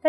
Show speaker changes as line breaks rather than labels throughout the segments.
大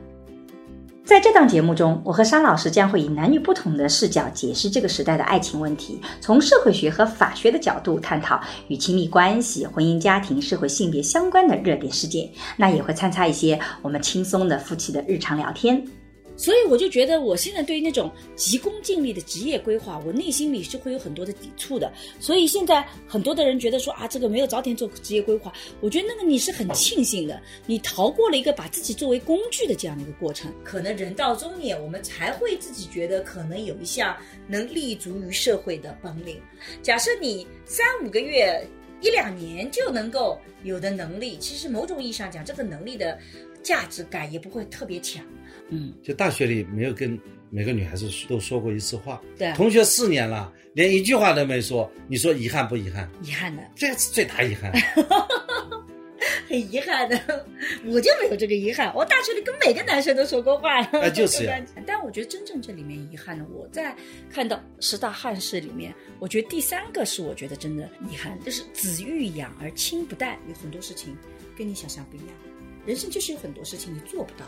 在这档节目中，我和商老师将会以男女不同的视角解释这个时代的爱情问题，从社会学和法学的角度探讨与亲密关系、婚姻家庭、社会性别相关的热点事件。那也会参差一些我们轻松的夫妻的日常聊天。
所以我就觉得，我现在对于那种急功近利的职业规划，我内心里是会有很多的抵触的。所以现在很多的人觉得说啊，这个没有早点做职业规划，我觉得那个你是很庆幸的，你逃过了一个把自己作为工具的这样的一个过程。
可能人到中年，我们才会自己觉得可能有一项能立足于社会的本领。假设你三五个月、一两年就能够有的能力，其实某种意义上讲，这个能力的价值感也不会特别强。
嗯，
就大学里没有跟每个女孩子都说过一次话，
对，啊
同学四年了，连一句话都没说，你说遗憾不遗憾？
遗憾的。
这是最大遗憾。
很遗憾 的，我就没有这个遗憾。我大学里跟每个男生都说过话，
哎就是呀
但我觉得真正这里面遗憾的，我在看到十大憾事里面，我觉得第三个是我觉得真的遗憾，就是子欲养而亲不待，有很多事情跟你想象不一样。人生就是有很多事情你做不到，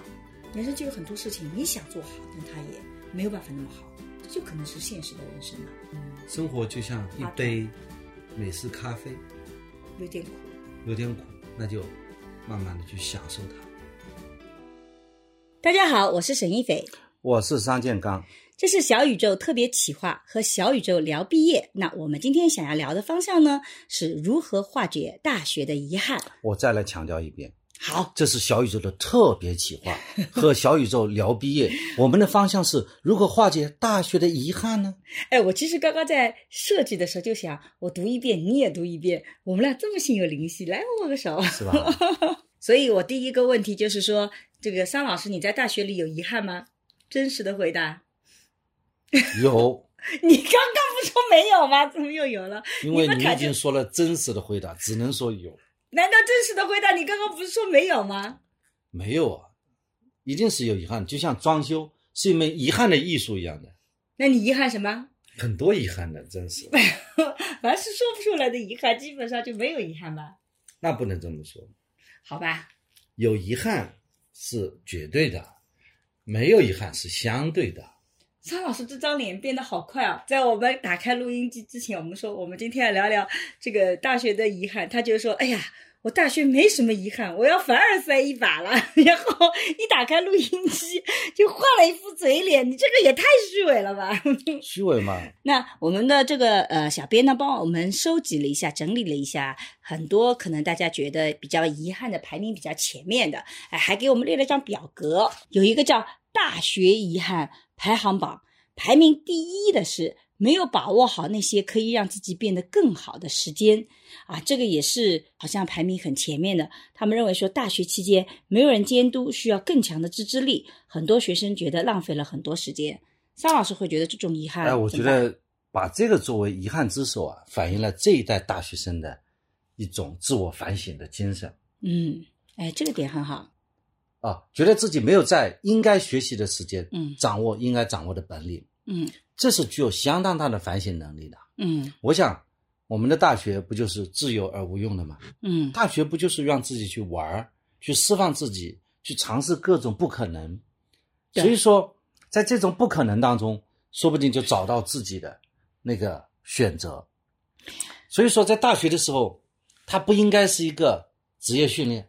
人生就有很多事情你想做好，但它也没有办法那么好，这就可能是现实的人生吧。
生活就像一杯美式咖啡，
有点苦。
有点苦，那就慢慢的去享受它。
大家好，我是沈一斐，
我是商建刚，
这是小宇宙特别企划和小宇宙聊毕业。那我们今天想要聊的方向呢，是如何化解大学的遗憾。
我再来强调一遍，
好，
这是小宇宙的特别企划， 和小宇宙聊毕业。我们的方向是如何化解大学的遗憾呢？
哎，我其实刚刚在设计的时候就想，我读一遍，你也读一遍，我们俩这么心有灵犀，来握个手。
是吧？
所以我第一个问题就是说，这个桑老师，你在大学里有遗憾吗？真实的回答，
有，
你刚刚不说没有吗？怎么又有了？
因为
你们
你
感
已
觉
经说了真实的回答，只能说有，
难道真实的回答你刚刚不是说没有吗？
没有啊，一定是有遗憾。就像装修是一门遗憾的艺术一样的，
那你遗憾什么？
很多遗憾的，真是。
凡是说不出来的遗憾，基本上就没有遗憾吧？
那不能这么说，
好吧，
有遗憾是绝对的，没有遗憾是相对的。
桑老师这张脸变得好快啊！在我们打开录音机之前，我们说我们今天要聊聊这个大学的遗憾，他就说：“哎呀，我大学没什么遗憾，我要凡尔赛一把了。” 然后一打开录音机，就换了一副嘴脸，你这个也太虚伪了吧！
虚伪嘛，
那我们的这个呃小编呢，帮我们收集了一下，整理了一下很多可能大家觉得比较遗憾的排名比较前面的，哎，还给我们列了张表格，有一个叫大学遗憾排行榜，排名第一的是没有把握好那些可以让自己变得更好的时间啊，这个也是好像排名很前面的。他们认为说，大学期间没有人监督，需要更强的自制力，很多学生觉得浪费了很多时间。桑老师会觉得这种遗憾，
哎，我觉得把这个作为遗憾之首啊，反映了这一代大学生的一种自我反省的精神
嗯，哎，这个点很好。
啊，觉得自己没有在应该学习的时间，
嗯
掌握应该掌握的本领，
嗯
这是具有相当大的反省能力的。
嗯
我想，我们的大学不就是自由而无用的吗？
嗯
大学不就是让自己去玩儿，去释放自己，去尝试各种不可能？
对
所以说，在这种不可能当中，说不定就找到自己的那个选择。所以说，在大学的时候，它不应该是一个职业训练，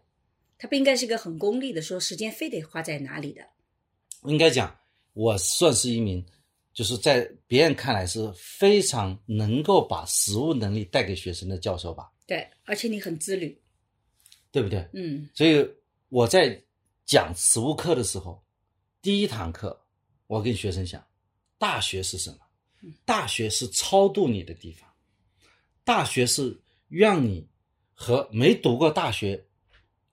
它不应该是个很功利的，说时间非得花在哪里的。
应该讲，我算是一名，就是在别人看来是非常能够把实务能力带给学生的教授吧，
对，而且你很自律。
对不对？
嗯
所以我在讲实物课的时候，第一堂课我跟学生讲，大学是什么？大学是超度你的地方，大学是让你和没读过大学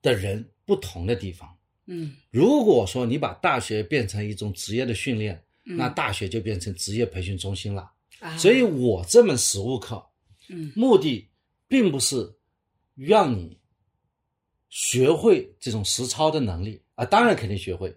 的人不同的地方。
嗯
如果说你把大学变成一种职业的训练，
嗯
那大学就变成职业培训中心了。
啊
所以我这门实务课，
嗯
目的并不是让你学会这种实操的能力啊，当然肯定学会，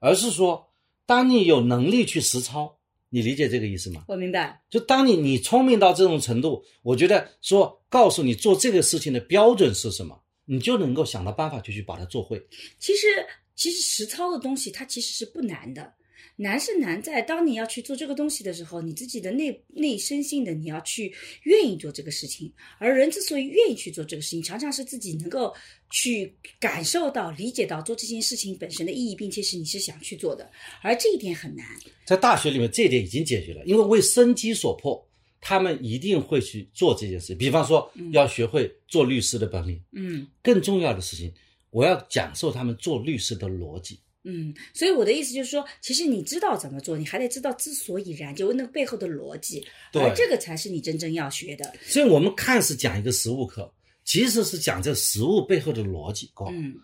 而是说，当你有能力去实操，你理解这个意思吗？
我明白，
就当你你聪明到这种程度，我觉得说告诉你做这个事情的标准是什么，你就能够想到办法就去把它做会。
其实其实实操的东西它其实是不难的，难是难在当你要去做这个东西的时候，你自己的内内生性的你要去愿意做这个事情，而人之所以愿意去做这个事情，常常是自己能够去感受到、理解到做这件事情本身的意义，并且是你是想去做的，而这一点很难。
在大学里面，这一点已经解决了，因为为生机所迫，他们一定会去做这件事。比方说，要学会做律师的本领。
嗯
更重要的事情，我要讲授他们做律师的逻辑。
嗯，所以我的意思就是说，其实你知道怎么做，你还得知道之所以然，就那个背后的逻辑，
对
而哎这个才是你真正要学的。
所以我们看似讲一个实物课，其实是讲这实物背后的逻辑。够、
嗯，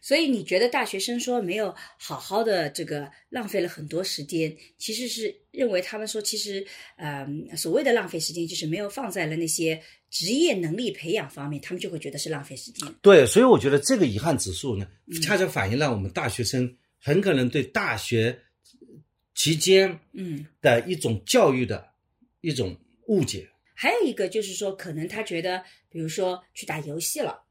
所以你觉得大学生说没有好好的这个浪费了很多时间，其实是认为他们说其实，嗯、所谓的浪费时间就是没有放在了那些职业能力培养方面，他们就会觉得是浪费时间。
对，所以我觉得这个遗憾指数呢，
嗯
恰恰反映了我们大学生很可能对大学期间
嗯，
的一种教育的一种误解。
还有一个就是说，可能他觉得，比如说去打游戏了，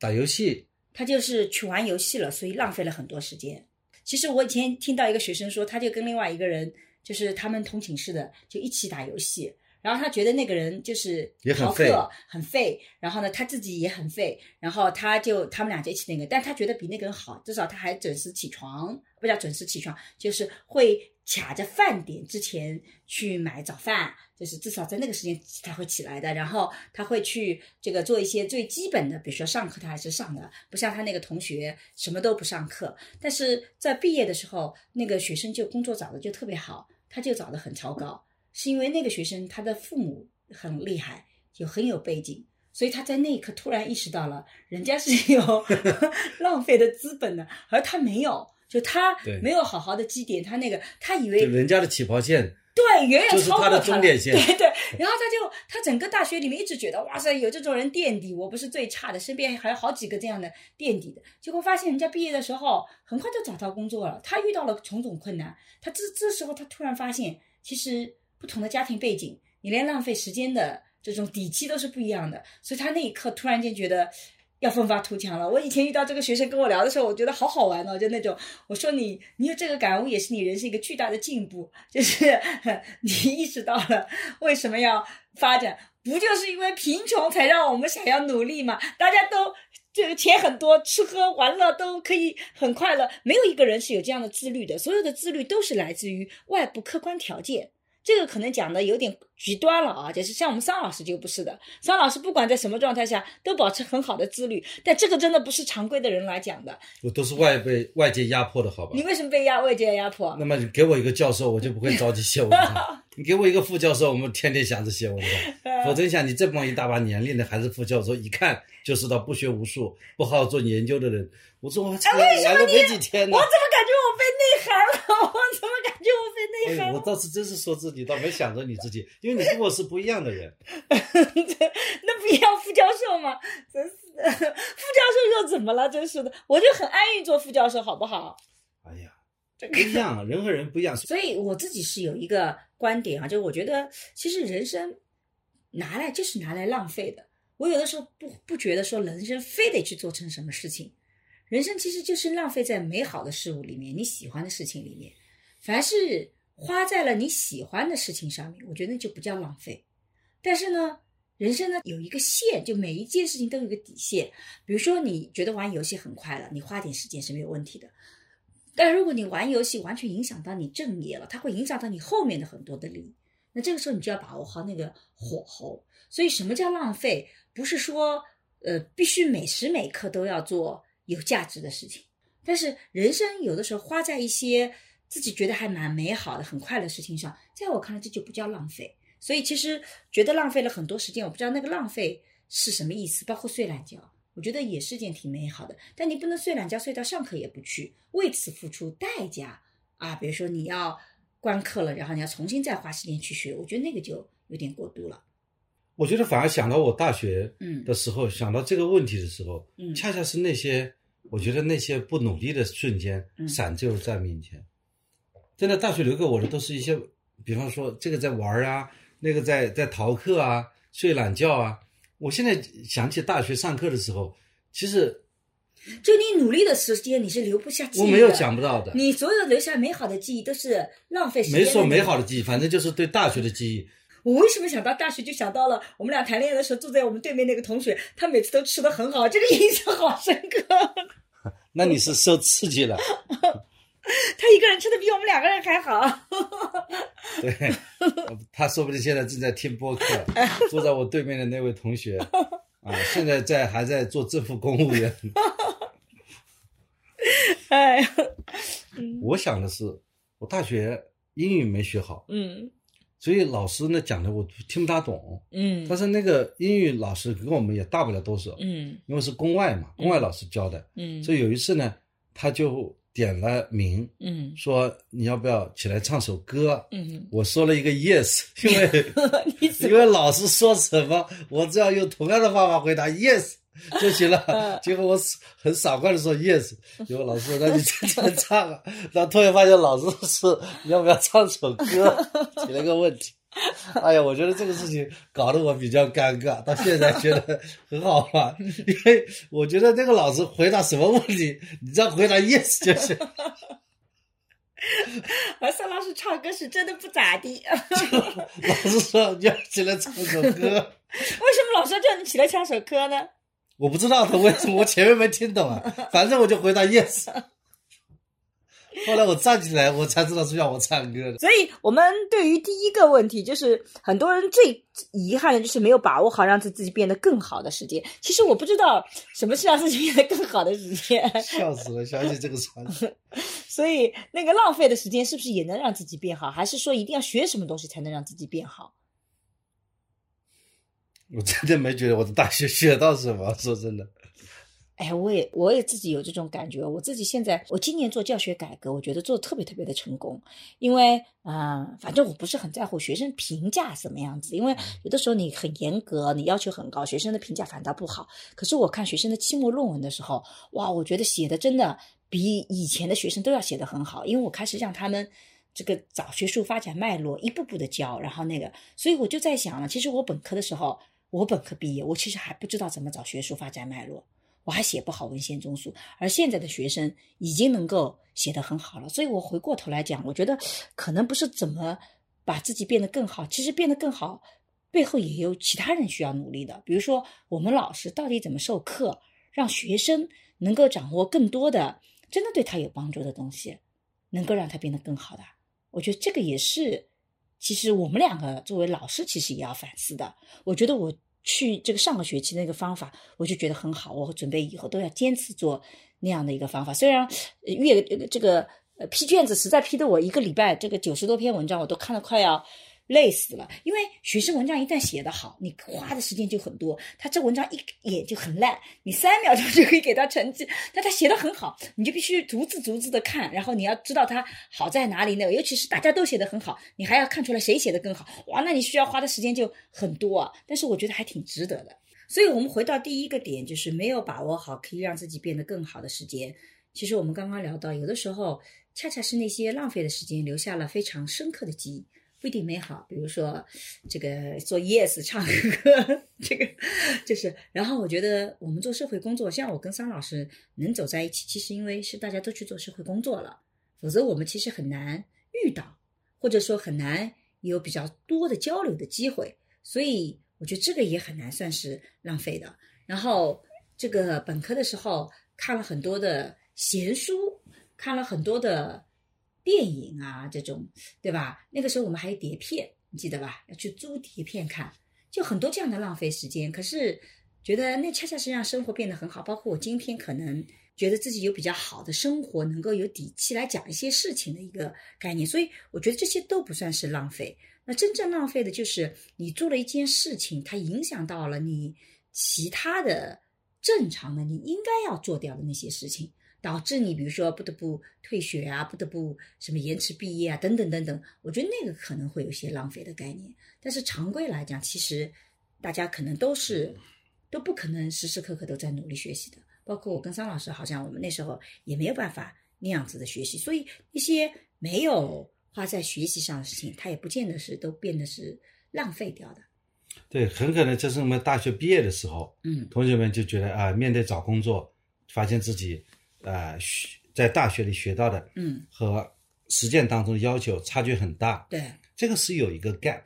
打游戏
他就是去玩游戏了，所以浪费了很多时间。其实我以前听到一个学生说，他就跟另外一个人，就是他们同寝室的，就一起打游戏。然后他觉得那个人就是
也很
逃
废
课，很废。然后呢，他自己也很废。然后他就他们俩就一起那个，但他觉得比那个人好，至少他还准时起床，不叫准时起床，就是会卡着饭点之前去买早饭，就是至少在那个时间他会起来的。然后他会去这个做一些最基本的，比如说上课他还是上的，不像他那个同学什么都不上课。但是在毕业的时候，那个学生就工作找的就特别好，他就找的很超高，是因为那个学生他的父母很厉害，有很有背景，所以他在那一刻突然意识到了，人家是有 浪费的资本的，而他没有，就他
对
没有好好的积淀，他那个他以
就
为
人家的起跑线
对，远远
就是
超过
他的
了
终点线
对对，然后他就他整个大学里面一直觉得，哇塞，有这种人垫底，我不是最差的，身边还有好几个这样的垫底的。结果发现人家毕业的时候很快就找到工作了，他遇到了种种困难，他这这时候他突然发现，其实不同的家庭背景，你连浪费时间的这种底气都是不一样的，所以他那一刻突然间觉得。要奋发图强了。我以前遇到这个学生跟我聊的时候，我觉得好好玩哦，就那种我说你，你有这个感悟，也是你人生一个巨大的进步，就是 你意识到了为什么要发展，不就是因为贫穷才让我们想要努力嘛？大家都这个钱很多，吃喝玩乐都可以很快乐，没有一个人是有这样的自律的，所有的自律都是来自于外部客观条件。这个可能讲的有点极端了啊，就是像我们桑老师就不是的，桑老师不管在什么状态下都保持很好的自律，但这个真的不是常规的人来讲的。
我都是外被外界压迫的，好吧？
你为什么被压位阶压迫？啊
那么你给我一个教授，我就不会着 急写文章；你给我一个副教授，我们天天想着写文
呃啊
章。否则你想，你这帮一大把年龄的还是副教授，一看就知道不学无术、不好好做研究的人。我
啊
说我才来了没几天呢
我，怎么感觉我被内涵了？ 我怎么感觉我被
哎
内
呦
涵
我
了？
倒是真是说自己，倒没想着你自己，因为你跟我是不一样的人。
那不一样，副教授吗？真是的， 副教授又怎么了？真是的，我就很安逸做副教授，好不好？
哎呀，不一样，人和人不一样。
所以我自己是有一个观点啊，就是我觉得其实人生拿来就是拿来浪费的。我有的时候不不觉得说人生非得去做成什么事情，人生其实就是浪费在美好的事物里面，你喜欢的事情里面。凡是花在了你喜欢的事情上面，我觉得那就不叫浪费。但是呢，人生呢有一个线，就每一件事情都有一个底线。比如说，你觉得玩游戏很快乐，你花点时间是没有问题的。但如果你玩游戏完全影响到你正业了，它会影响到你后面的很多的利益。那这个时候你就要把握好那个火候。所以，什么叫浪费？不是说呃必须每时每刻都要做有价值的事情，但是人生有的时候花在一些自己觉得还蛮美好的、很快乐的事情上，在我看来这就不叫浪费。所以其实觉得浪费了很多时间，我不知道那个浪费是什么意思。包括睡懒觉，我觉得也是件挺美好的，但你不能睡懒觉睡到上课也不去，为此付出代价
啊，比如说你要关课了，然后你要重新再花时间去学，我觉得那个就有点过度了。
我觉得反而想到我大学
嗯
的时候，想到这个问题的时候，
嗯
恰恰是那些我觉得那些不努力的瞬间
嗯
闪就在面前。真的，大学留给我的都是一些，比方说这个在玩儿啊，那个在在逃课啊，睡懒觉啊。我现在想起大学上课的时候，其实
就你努力的时间，你是留不下记忆
我
的。
没有想不到的，
你所有留下美好的记忆都是浪费时间。
没说美好。的记忆，反正就是对大学的记忆。
我为什么想到大学就想到了我们俩谈恋爱的时候，坐在我们对面那个同学，他每次都吃的很好，这个印象好深刻。
那你是受刺激了，
他一个人吃的比我们两个人还好。
对，他说不定现在正在听播客， 坐在我对面的那位同 学啊，现在在还在做政府公务员。
嗯哎，
我想的是，我大学英语没学好，
嗯
所以老师呢讲的我听不大懂。
嗯
但是那个英语老师跟我们也大不了多少，
嗯
因为是公外嘛，公外老师教的。
嗯
所以有一次呢，他就点了名，
嗯
说你要不要起来唱首歌？
嗯，
我说了一个 yes，因为 因为老师说什么，我只要用同样的方法回答 yes 就行了。结果我很爽快的说 yes，结果老师说那你今天唱啊， 然后突然发现老师说你要不要唱首歌，提了个问题。哎呀，我觉得这个事情搞得我比较尴尬，到现在觉得很好玩，因为我觉得那个老师回答什么问题，你只要回答 yes 就行。
而邵老师唱歌是真的不咋地。
老师说你要起来唱首歌。
为什么老师叫你起来唱首歌呢？
我不知道他为什么，我前面没听懂啊，反正我就回答 yes。后来我站起来，我才知道是要我唱 歌的。
所以我们对于第一个问题，就是很多人最遗憾的就是没有把握好让自己变得更好的时间。其实我不知道什么是让自己变得更好的时间，
笑死了，想起这个场景，
所以那个浪费的时间是不是也能让自己变好？还是说一定要学什么东西才能让自己变好？
我真的没觉得我的大学学到什么。说真的，
哎，我也我也自己有这种感觉。我自己现在，我今年做教学改革，我觉得做的特别特别的成功，因为啊、呃反正我不是很在乎学生评价什么样子，因为有的时候你很严格，你要求很高，学生的评价反倒不好。可是我看学生的期末论文的时候，哇，我觉得写的真的比以前的学生都要写得很好，因为我开始让他们。这个找学术发展脉络，一步步的教，然后那个，所以我就在想了，其实我本科的时候，我本科毕业，我其实还不知道怎么找学术发展脉络，我还写不好文献综述，而现在的学生已经能够写得很好了。所以我回过头来讲，我觉得可能不是怎么把自己变得更好，其实变得更好背后也有其他人需要努力的。比如说，我们老师到底怎么授课，让学生能够掌握更多的真的对他有帮助的东西，能够让他变得更好的。我觉得这个也是，其实我们两个作为老师，其实也要反思的。我觉得我去这个上个学期那个方法，我就觉得很好，我准备以后都要坚持做那样的一个方法。虽然呃阅这个这个呃批卷子实在批的我一个礼拜这个九十多篇文章我都看了快要。累死了，因为学生文章一旦写得好，你花的时间就很多。他这文章一眼就很烂，你三秒钟就可以给他成绩，但他写的很好，你就必须逐字逐字的看，然后你要知道他好在哪里呢？尤其是大家都写的很好，你还要看出来谁写的更好，哇，那你需要花的时间就很多啊。但是我觉得还挺值得的。所以我们回到第一个点，就是没有把握好可以让自己变得更好的时间。其实我们刚刚聊到，有的时候恰恰是那些浪费的时间留下了非常深刻的记忆。不一定美好，比如说这个做 yes 唱歌， 这个就是。然后我觉得我们做社会工作，像我跟桑老师能走在一起，其实因为是大家都去做社会工作了，否则我们其实很难遇到，或者说很难有比较多的交流的机会。所以我觉得这个也很难算是浪费的。然后这个本科的时候看了很多的闲书，看了很多的电影啊，这种对吧？那个时候我们还有碟片，你记得吧？要去租碟片看，就很多这样的浪费时间。可是觉得那恰恰是让生活变得很好。包括我今天可能觉得自己有比较好的生活，能够有底气来讲一些事情的一个概念。所以我觉得这些都不算是浪费。那真正浪费的就是你做了一件事情，它影响到了你其他的正常的你应该要做掉的那些事情。导致你比如说不得不退学啊，不得不什么延迟毕业啊，等等等等。我觉得那个可能会有一些浪费的概念，但是常规来讲，其实大家可能都是
嗯
都不可能时时刻刻都在努力学习的。包括我跟桑老师，好像我们那时候也没有办法那样子的学习，所以一些没有花在学习上的事情，它也不见得是都变得是浪费掉的。
对，很可能就是我们大学毕业的时候，
嗯
同学们就觉得啊、面对找工作，发现自己啊学在大学里学到的
嗯，
和实践当中的要求差距很大，
对，
这个是有一个 gap，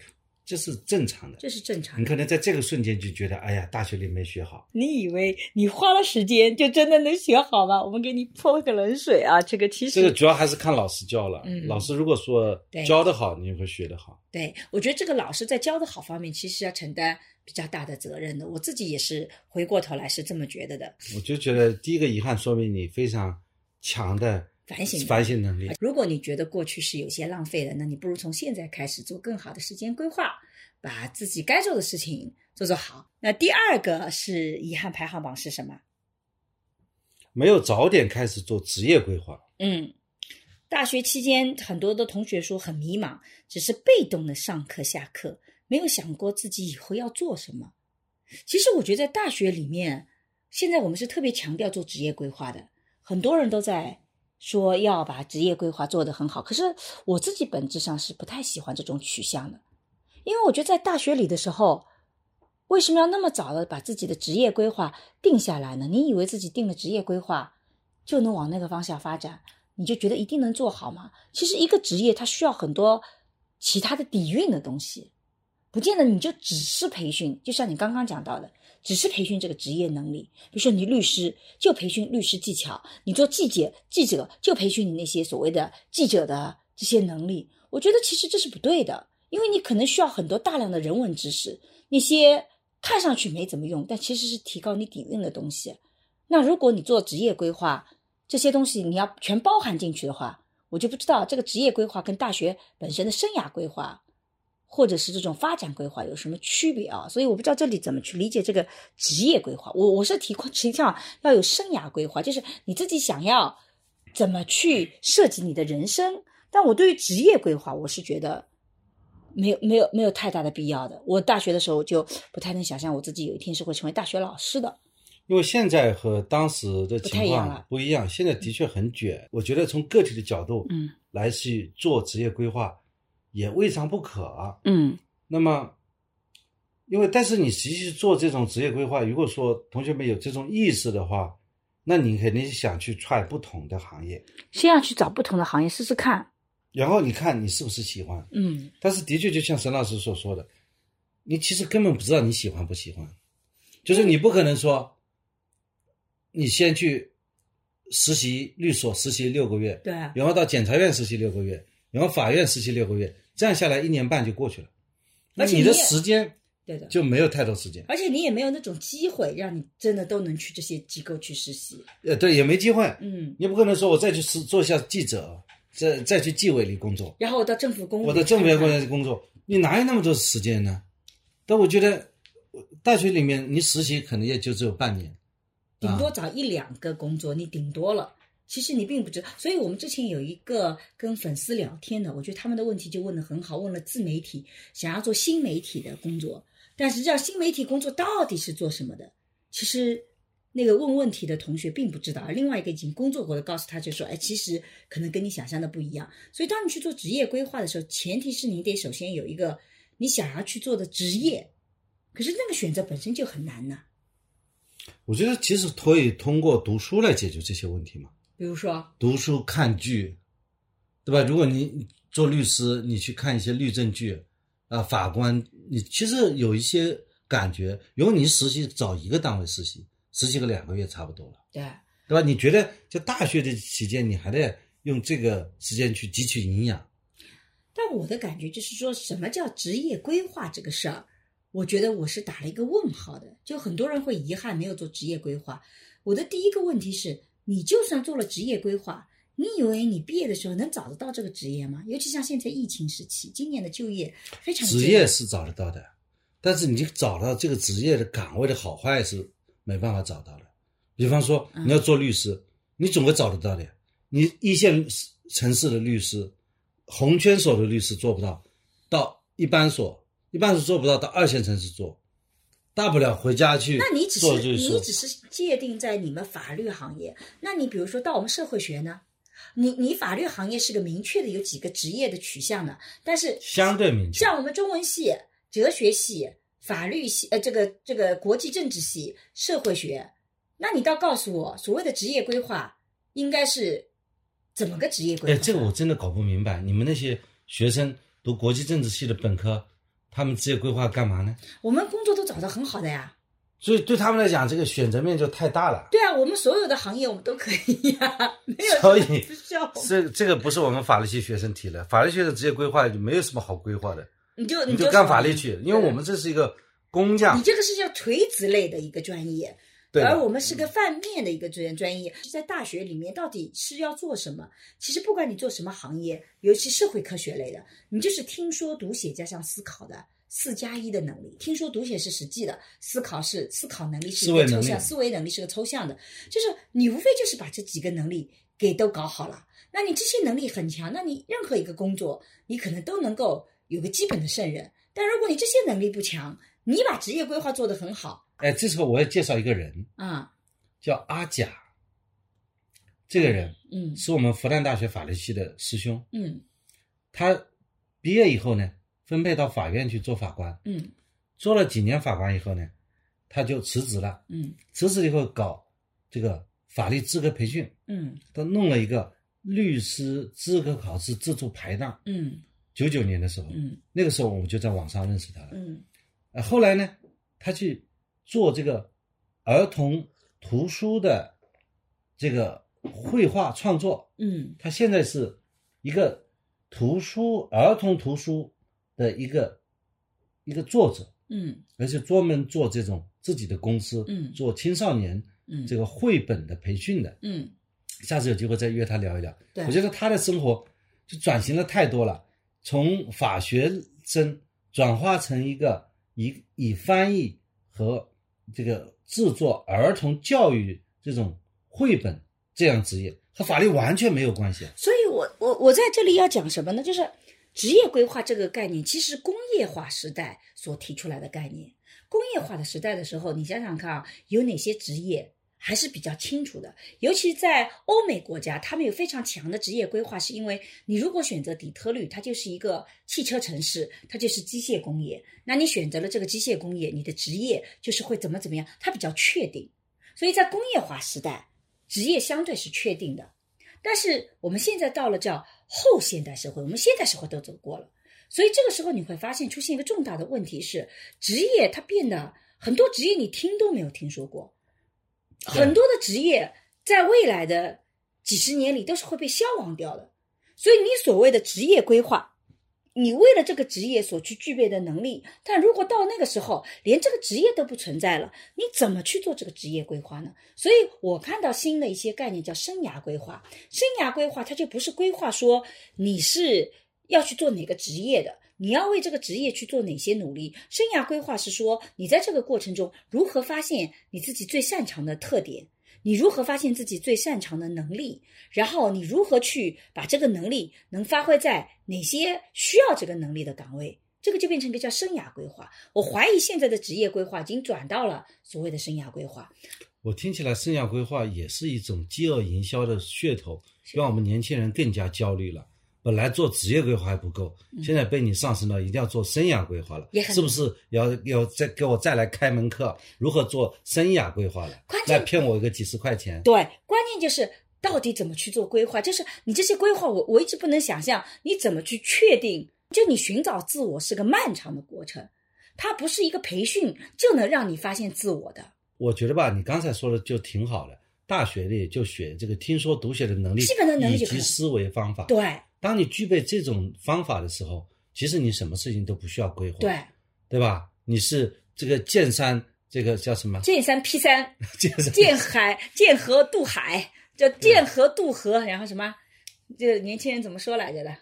这是正常的。
这是正常
你
的。
可能在这个瞬间就觉得，哎呀，大学里没学好，
你以为你花了时间就真的能学好吗？我们给你泼个冷水啊！这个其
这个
实
主要还是看老师教了。
嗯
老师如果说
对
教的好，你就会学得好。
对，我觉得这个老师在教的好方面，其实要承担比较大的责任的。我自己也是回过头来是这么觉得的。
我就觉得第一个遗憾说明你非常强的
反省能力
反省能力。
如果你觉得过去是有些浪费的，那你不如从现在开始做更好的时间规划，把自己该做的事情做做好。那第二个是遗憾排行榜是什么？
没有早点开始做职业规划，
嗯，大学期间，很多的同学说很迷茫，只是被动的上课下课，没有想过自己以后要做什么。其实我觉得在大学里面，现在我们是特别强调做职业规划的，很多人都在说要把职业规划做得很好。可是我自己本质上是不太喜欢这种取向的，因为我觉得在大学里的时候，为什么要那么早的把自己的职业规划定下来呢？你以为自己定了职业规划就能往那个方向发展，你就觉得一定能做好吗？其实一个职业它需要很多其他的底蕴的东西，不见得你就只是培训，就像你刚刚讲到的，只是培训这个职业能力。比如说你律师就培训律师技巧，你做记者记者就培训你那些所谓的记者的这些能力。我觉得其实这是不对的，因为你可能需要很多大量的人文知识，那些看上去没怎么用，但其实是提高你底蕴的东西。那如果你做职业规划，这些东西你要全包含进去的话，我就不知道这个职业规划跟大学本身的生涯规划，或者是这种发展规划有什么区别啊？所以我不知道这里怎么去理解这个职业规划。我我是提提倡要有生涯规划，就是你自己想要怎么去设计你的人生。但我对于职业规划，我是觉得没有没有没有太大的必要的。我大学的时候就不太能想象我自己有一天是会成为大学老师的。
因为现在和当时的情
不太一样
况
了
不一样，现在的确很卷。我觉得从个体的角度
嗯
来去做职业规划，也未尝不可啊。
嗯
那么，因为但是你实际去做这种职业规划，如果说同学们有这种意识的话，那你肯定想去踹不同的行业，
先要去找不同的行业试试看。
然后你看你是不是喜欢。
嗯，
但是的确，就像沈老师所说的，你其实根本不知道你喜欢不喜欢，就是你不可能说，你先去实习律所实习六个月，
对，啊
然后到检察院实习六个月，然后法院实习六个月，这样下来一年半就过去了，那
而且
你的
你也
时间
对的。
就没有太多时间，
而且你也没有那种机会，让你真的都能去这些机构去实习。
呃，对，也没机会，
嗯，
你不可能说我再去实做一下记者，再再去纪委里工作，
然后我到政府公务，
我的政府官员工作，你哪有那么多时间呢？但我觉得大学里面你实习可能也就只有半年，
顶多找一两个工作，你顶多了。其实你并不知道，所以我们之前有一个跟粉丝聊天的，我觉得他们的问题就问得很好，问了自媒体想要做新媒体的工作，但实际上新媒体工作到底是做什么的？其实那个问问题的同学并不知道，而另外一个已经工作过的告诉他就说，哎，其实可能跟你想象的不一样。所以当你去做职业规划的时候，前提是你得首先有一个你想要去做的职业，可是那个选择本身就很难呐、
我觉得其实可以通过读书来解决这些问题嘛，
比如说，
读书看剧，对吧？如果你做律师，你去看一些律政剧，啊、法官，你其实有一些感觉。如果你实习找一个单位实习，实习个两个月差不多了。
对，
对吧？你觉得在大学的期间，你还得用这个时间去汲取营养？
但我的感觉就是说，什么叫职业规划这个事儿，我觉得我是打了一个问号的。就很多人会遗憾没有做职业规划。我的第一个问题是，你就算做了职业规划，你以为你毕业的时候能找得到这个职业吗？尤其像现在疫情时期，今年的就业非常
职
艰
业
难
是找得到的，但是你找到这个
嗯
职业的岗位的好坏是没办法找到的。比方说，你要做律师，你总会找得到的。你一线城市的律师，红圈所的律师做不到，到一般所，一般所做不到，到二线城市做，大不了回家去
那你只
做
是
律
你
师。
只是界定在你们法律行业，那你比如说到我们社会学呢，你你法律行业是个明确的有几个职业的取向的，但是
相对明确
像我们中文系、哲学系、法律系，呃，这个这个国际政治系、社会学，那你倒告诉我，所谓的职业规划应该是怎么个职业规
哎，
划？
这个我真的搞不明白，你们那些学生读国际政治系的本科，他们职业规划干嘛呢？
我们工作都找得很好的呀。
所以对他们来讲，这个选择面就太大了。
对啊，我们所有的行业我们都可以呀、 没有
所以
什么不需要我们
这这个不是我们法律系学生提的，法律学的职业规划就没有什么好规划的，
你就
你
就
就干法律去，因为我们这是一个工匠
你。这个是叫垂直类的一个专业，
对的嗯
而我们是个泛面的一个专专业。就在大学里面，到底是要做什么？其实不管你做什么行业，尤其社会科学类的，你就是听说读写加上思考的。四加一的能力，听说读写是实际的，思考是思考能力是一
思维
个
能
抽
力
象，思维能力是个抽象的，就是你无非就是把这几个能力给都搞好了，那你这些能力很强，那你任何一个工作，你可能都能够有个基本的胜任。但如果你这些能力不强，你把职业规划做得很好
哎，这时候我要介绍一个人，
啊，
叫阿甲。这个人
嗯
是我们复旦大学法律系的师兄，
嗯
他毕业以后呢，分配到法院去做法官，
嗯
做了几年法官以后呢，他就辞职了。
嗯
辞职以后搞这个法律资格培训，
嗯
他弄了一个律师资格考试自助排档。
嗯
九九年的时候，
嗯
那个时候我们就在网上认识他了。
嗯
呃，后来呢，他去做这个儿童图书的这个绘画创作，
嗯
他现在是一个图书儿童图书的一个一个作者，
嗯
而且专门做这种自己的公司，
嗯
做青少年
嗯
这个绘本的培训的。
嗯，
下次有机会再约他聊一聊。
对
我觉得他的生活就转型了太多了，从法学生转化成一个以以翻译和这个制作儿童教育这种绘本这样职业，和法律完全没有关系。
所以我我我在这里要讲什么呢？就是职业规划这个概念，其实是工业化时代所提出来的概念。工业化的时代的时候，你想想看啊，有哪些职业还是比较清楚的？尤其在欧美国家，他们有非常强的职业规划，是因为你如果选择底特律，它就是一个汽车城市，它就是机械工业。那你选择了这个机械工业，你的职业就是会怎么怎么样，它比较确定。所以在工业化时代，职业相对是确定的。但是我们现在到了叫后现代社会，我们现代社会都走过了，所以这个时候你会发现出现一个重大的问题是，职业它变得很多职业你听都没有听说过，
对
很多的职业在未来的几十年里都是会被消亡掉的，所以你所谓的职业规划。你为了这个职业所去具备的能力，但如果到那个时候连这个职业都不存在了，你怎么去做这个职业规划呢？所以我看到新的一些概念叫生涯规划，生涯规划它就不是规划说你是要去做哪个职业的，你要为这个职业去做哪些努力。生涯规划是说你在这个过程中如何发现你自己最擅长的特点。你如何发现自己最擅长的能力？然后你如何去把这个能力能发挥在哪些需要这个能力的岗位？这个就变成一个叫生涯规划。我怀疑现在的职业规划已经转到了所谓的生涯规划。
我听起来生涯规划也是一种饥饿营销的噱头，让我们年轻人更加焦虑了。本来做职业规划还不够，现在被你上升到一定要做生涯规划了，
嗯也很
是不是要要再给我再来开门课，如何做生涯规划了
关？键
来骗我一个几十块钱？
对，关键就是到底怎么去做规划，就是你这些规划我，我一直不能想象你怎么去确定。就你寻找自我是个漫长的过程，它不是一个培训就能让你发现自我的，
我觉得吧，你刚才说的就挺好的。大学里就学这个听说读写的能力，
基本的能力
以
就可以
及思维方法。，
对
当你具备这种方法的时候，其实你什么事情都不需要规划。
对，
对吧？你是这个剑山，这个叫什么？
剑三 P 三，
剑山
剑海、剑河渡海，叫剑河渡河，然后什么，这年轻人怎么说来着的？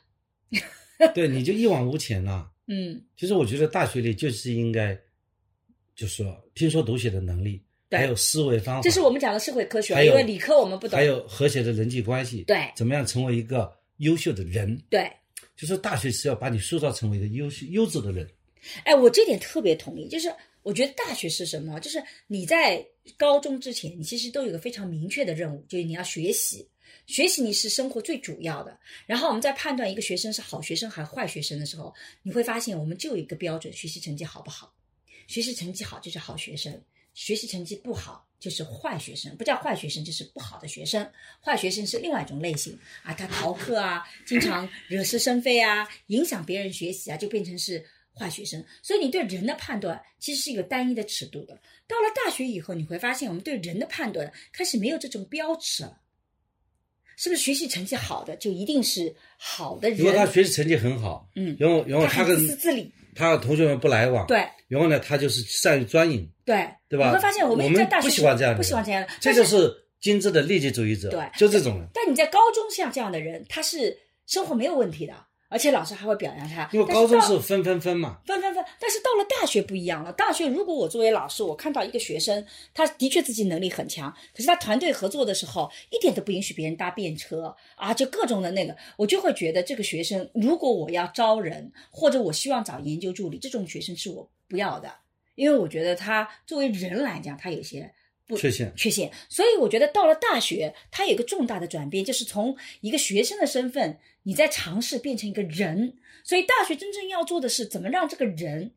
对，你就一往无前了、
嗯
其实我觉得大学里就是应该，就说听说读写的能力，还有思维方法，
这是我们讲的社会科学啊，
啊还有
因为理科我们不懂
还。有和谐的人际关系，
对
怎么样成为一个优秀的人？
对，
就是大学是要把你塑造成为一个优秀优质的人。
哎，我这点特别同意，就是我觉得大学是什么？就是你在高中之前，你其实都有个非常明确的任务，就是你要学习。学习你是生活最主要的。然后我们在判断一个学生是好学生还是坏学生的时候，你会发现我们就有一个标准：学习成绩好不好？学习成绩好就是好学生，学习成绩不好就是坏学生。不叫坏学生，就是不好的学生。坏学生是另外一种类型啊，他逃课啊，经常惹是生非啊，影响别人学习啊，就变成是坏学生。所以你对人的判断其实是有单一的尺度的。到了大学以后，你会发现我们对人的判断开始没有这种标尺了。是不是学习成绩好的就一定是好的人？
如果他学习成绩很好，
嗯
然后然后
他
他
很自
跟
私自利，
他和同学们不来往，，
对
然后呢，他就是善于钻营，
对
对吧
你会发现我
我
们
们
在大学
不喜欢这样的人
不喜欢这样的。
这就是精致的利己主义者，
对
就这种人。
但你在高中像这样的人，他是生活没有问题的，而且老师还会表扬他。
因为高中
但
是分分分嘛，
分分分，但是到了大学不一样了。大学如果我作为老师，我看到一个学生，他的确自己能力很强，可是他团队合作的时候一点都不允许别人搭便车啊，就各种的那个，我就会觉得这个学生，如果我要招人，或者我希望找研究助理，这种学生是我不要的，因为我觉得他作为人来讲，他有些不
缺陷
缺陷。所以我觉得到了大学，它有一个重大的转变，就是从一个学生的身份，你在尝试变成一个人。所以大学真正要做的是，怎么让这个人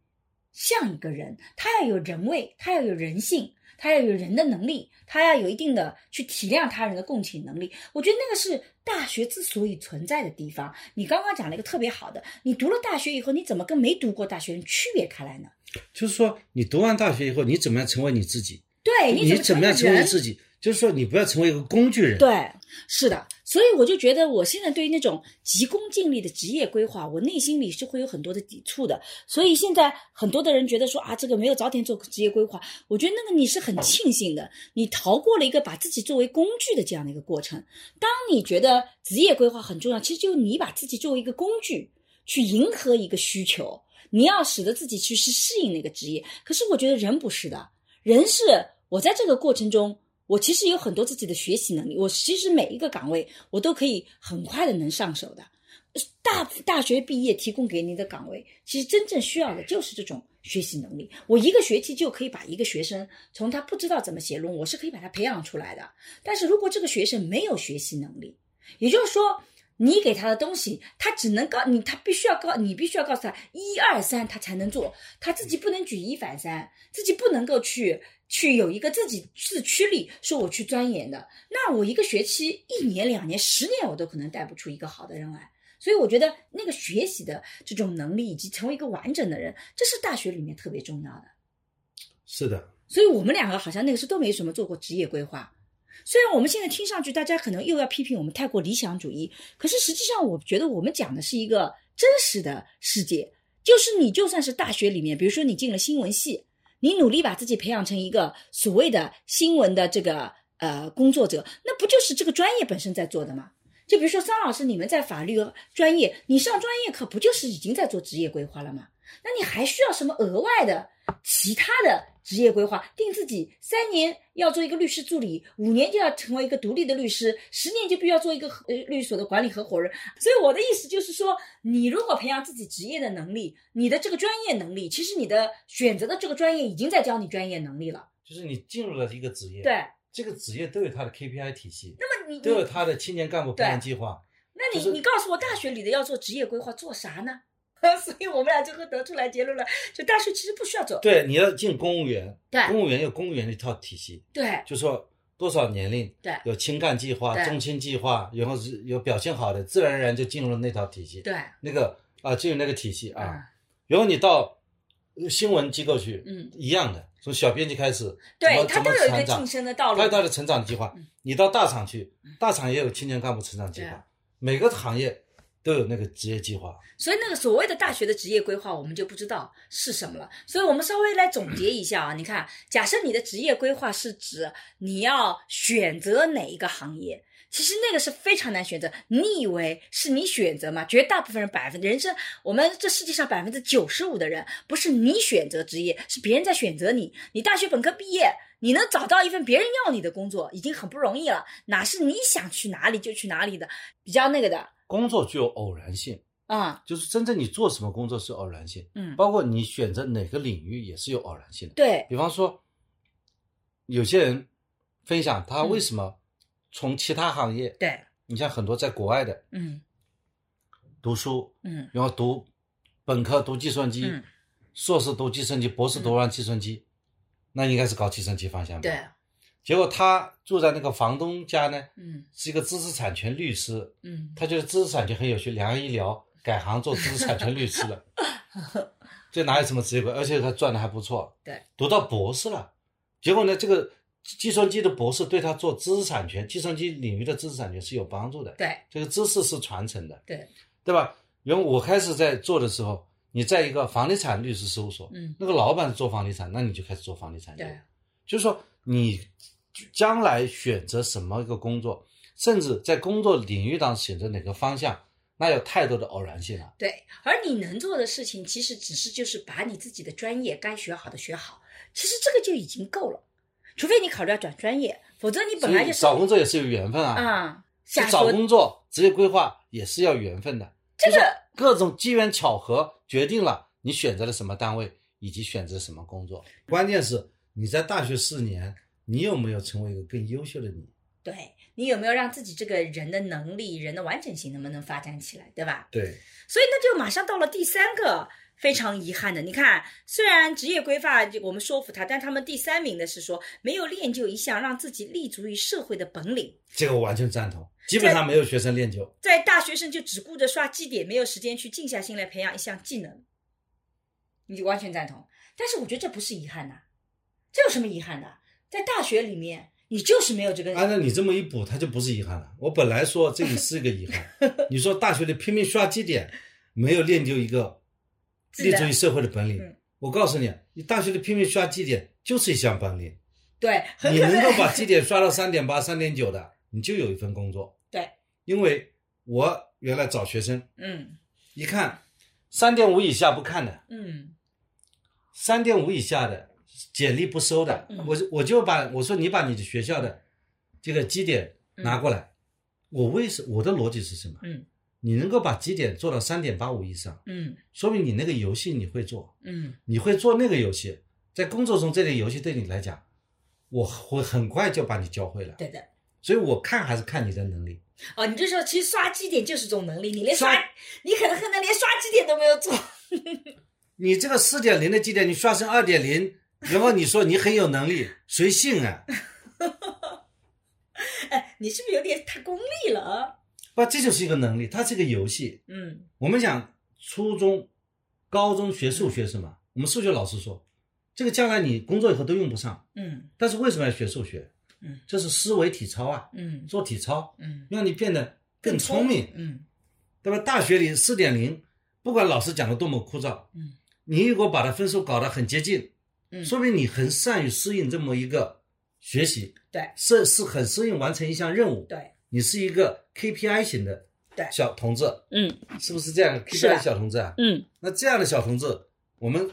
像一个人，他要有人味，他要有人性。他要有人的能力，他要有一定的去体谅他人的共情能力。我觉得那个是大学之所以存在的地方。你刚刚讲了一个特别好的，你读了大学以后，你怎么跟没读过大学人区别开来呢？
就是说你读完大学以后，你怎么样成为你自己？
对，
你
哎怎
怎
么
么样成
为
为
人
自己？就是说你不要成为一个工具人。，
对，是的，所以我就觉得我现在对于那种急功近利的职业规划，我内心里是会有很多的抵触的。所以现在很多的人觉得说啊，这个没有早点做职业规划，我觉得那个你是很庆幸的，你逃过了一个把自己作为工具的这样的一个过程。当你觉得职业规划很重要，其实就是你把自己作为一个工具去迎合一个需求，你要使得自己去是适应那个职业。可是我觉得人不是的，人是我在这个过程中，我其实有很多自己的学习能力，我其实每一个岗位我都可以很快的能上手的。呃大大学毕业提供给你的岗位，其实真正需要的就是这种学习能力。我一个学期就可以把一个学生从他不知道怎么写论文，我是可以把他培养出来的。但是如果这个学生没有学习能力，也就是说，你给他的东西，他只能告你，他必须要告你，必须要告诉他一二三，他才能做，他自己不能举一反三，自己不能够去去有一个自己自驱力，说我去钻研的，那我一个学期、一年、两年、十年，我都可能带不出一个好的人来。所以我觉得那个学习的这种能力，以及成为一个完整的人，这是大学里面特别重要的。
是的，
所以我们两个好像那个时候都没什么做过职业规划。虽然我们现在听上去，大家可能又要批评我们太过理想主义，可是实际上，我觉得我们讲的是一个真实的世界，就是你就算是大学里面，比如说你进了新闻系，你努力把自己培养成一个所谓的新闻的这个呃工作者，那不就是这个专业本身在做的吗？就比如说桑老师，你们在法律专业，你上专业课不就是已经在做职业规划了吗？那你还需要什么额外的其他的职业规划？定自己三年要做一个律师助理，五年就要成为一个独立的律师，十年就必须要做一个合呃律所的管理合伙人。所以我的意思就是说，你如果培养自己职业的能力，你的这个专业能力，其实你的选择的这个专业已经在教你专业能力了。
就是你进入了一个职业，
对，
这个职业都有它的 KPI 体系，
那么你
都有
你
它的青年干部培养计划。
那你、
就是
你告诉我，大学里的要做职业规划做啥呢？ 所以我们俩最后得出来结论了，就大学其实不需要做。
对，你要进公务员，
对
公务员有公务员的一套体系，
对
就说多少年龄，
对
有青干计划、
对
中青计划，然后是有表现好的，自然而然就进入了那套体系，
对嗯
那个啊，进入那个体系啊，然后你到呃新闻机构去，
嗯
一样的，从小编辑开始，怎
对，
么
他
怎
都
么
有一个
成长
晋升的道路。
他有他的成长计划
嗯。
你到大厂去，大厂也有青年干部成长计
对啊
划，每个行业都有那个职业计划。
所以那个所谓的大学的职业规划，我们就不知道是什么了。所以我们稍微来总结一下啊，你看，假设你的职业规划是指你要选择哪一个行业。其实那个是非常难选择，你以为是你选择吗？绝大部分人百分人生，我们这世界上百分之九十五的人，不是你选择职业，是别人在选择你。你大学本科毕业，你能找到一份别人要你的工作，已经很不容易了，哪是你想去哪里就去哪里的，比较那个的
工作具有偶然性，
啊、
就是真正你做什么工作是偶然性，
嗯
包括你选择哪个领域也是有偶然性的。
对，
比方说，有些人分享他为什么从其他行业，
嗯对，
你像很多在国外的
嗯
读书，
嗯
然后读本科读计算机，
嗯，
硕士读计算机，博士读完计算机，那应该是搞计算机方向吧？
对，
结果他住在那个房东家呢，
嗯
是一个知识产权律师，
嗯
他觉得知识产权很有趣，两人一聊，改行做知识产权律师了。这哪有什么职业规而且他赚的还不错，
对，
读到博士了。结果呢，这个计算机的博士对他做知识产权、计算机领域的知识产权是有帮助的。
对
这个知识是传承的，
对，
对吧？因为我开始在做的时候，你在一个房地产律师事务所，
嗯
那个老板是做房地产，那你就开始做房地产业
对
就是说你将来选择什么一个工作，甚至在工作领域当中选择哪个方向，那有太多的偶然性了。
对，而你能做的事情，其实只是就是把你自己的专业该学好的学好，其实这个就已经够了，除非你考虑要转专业，否则你
所
本来
以
就是
找工作也是有缘分啊，
啊，
去
瞎
找
说
工作、职业规划也是要缘分的，
这个
各种机缘巧合决定了你选择了什么单位以及选择什么工作。关键是你在大学四年，你有没有成为一个更优秀的你？
对你有没有让自己这个人的能力、人的完整性能不能发展起来，对吧？
对，
所以那就马上到了第三个非常遗憾的，你看，虽然职业规划就我们说服他，但他们第三名的是说没有练就一项让自己立足于社会的本领。
这个我完全赞同，基本上没有学生练就。
在大学生就只顾着刷绩点，没有时间去静下心来培养一项技能。你完全赞同，但是我觉得这不是遗憾呐、这有什么遗憾的？在大学里面，你就是没有这个，
按照你这么一补，他就不是遗憾了。我本来说这里是一个遗憾， 你说大学里拼命刷绩点，没有练就一个
自
立
然
足于社会的本领。
嗯
我告诉你，你大学里拼命刷绩点就是一项本领，
对，很
你
可
能够
能
把绩点刷到三点八、三点九的，你就有一份工作。
对，
因为我原来找学生
嗯
一看，三点五以下不看的，
嗯
三点五以下的简历不收的，
嗯
我就我就把我说你把你的学校的这个绩点拿过来，我为什我的逻辑是什么？
嗯，
你能够把绩点做到三点八五以上，
嗯
说明你那个游戏你会做，
嗯，
你会做那个游戏，在工作中这类游戏对你来讲，我会很快就把你教会了。
对的。
所以我看还是看你的能力。
哦，你这时候其实刷绩点就是种能力，你连
刷
刷，你可能可能连刷绩点都没有做。
你这个四点零的绩点，你刷成二点零，然后你说你很有能力，谁信啊？
哎，你是不是有点太功利了啊？
不，这就是一个能力，它是一个游戏。
嗯
我们讲初中、高中学数学是吗？我们数学老师说，这个将来你工作以后都用不上，
嗯
但是为什么要学数学？
嗯，
这是思维体操啊，
嗯
做体操
嗯，
让你变得更聪明，
嗯
对吧？大学里四点零，不管老师讲的多么枯燥，
嗯，
你如果把它分数搞得很接近，
嗯
说明你很善于适应这么一个学习，
对
是是很适应完成一项任务，
对
你是一个 KPI 型的
对
小同志，
嗯
是不是这样
是的
？KPI 小同志啊，
嗯，
那这样的小同志，我们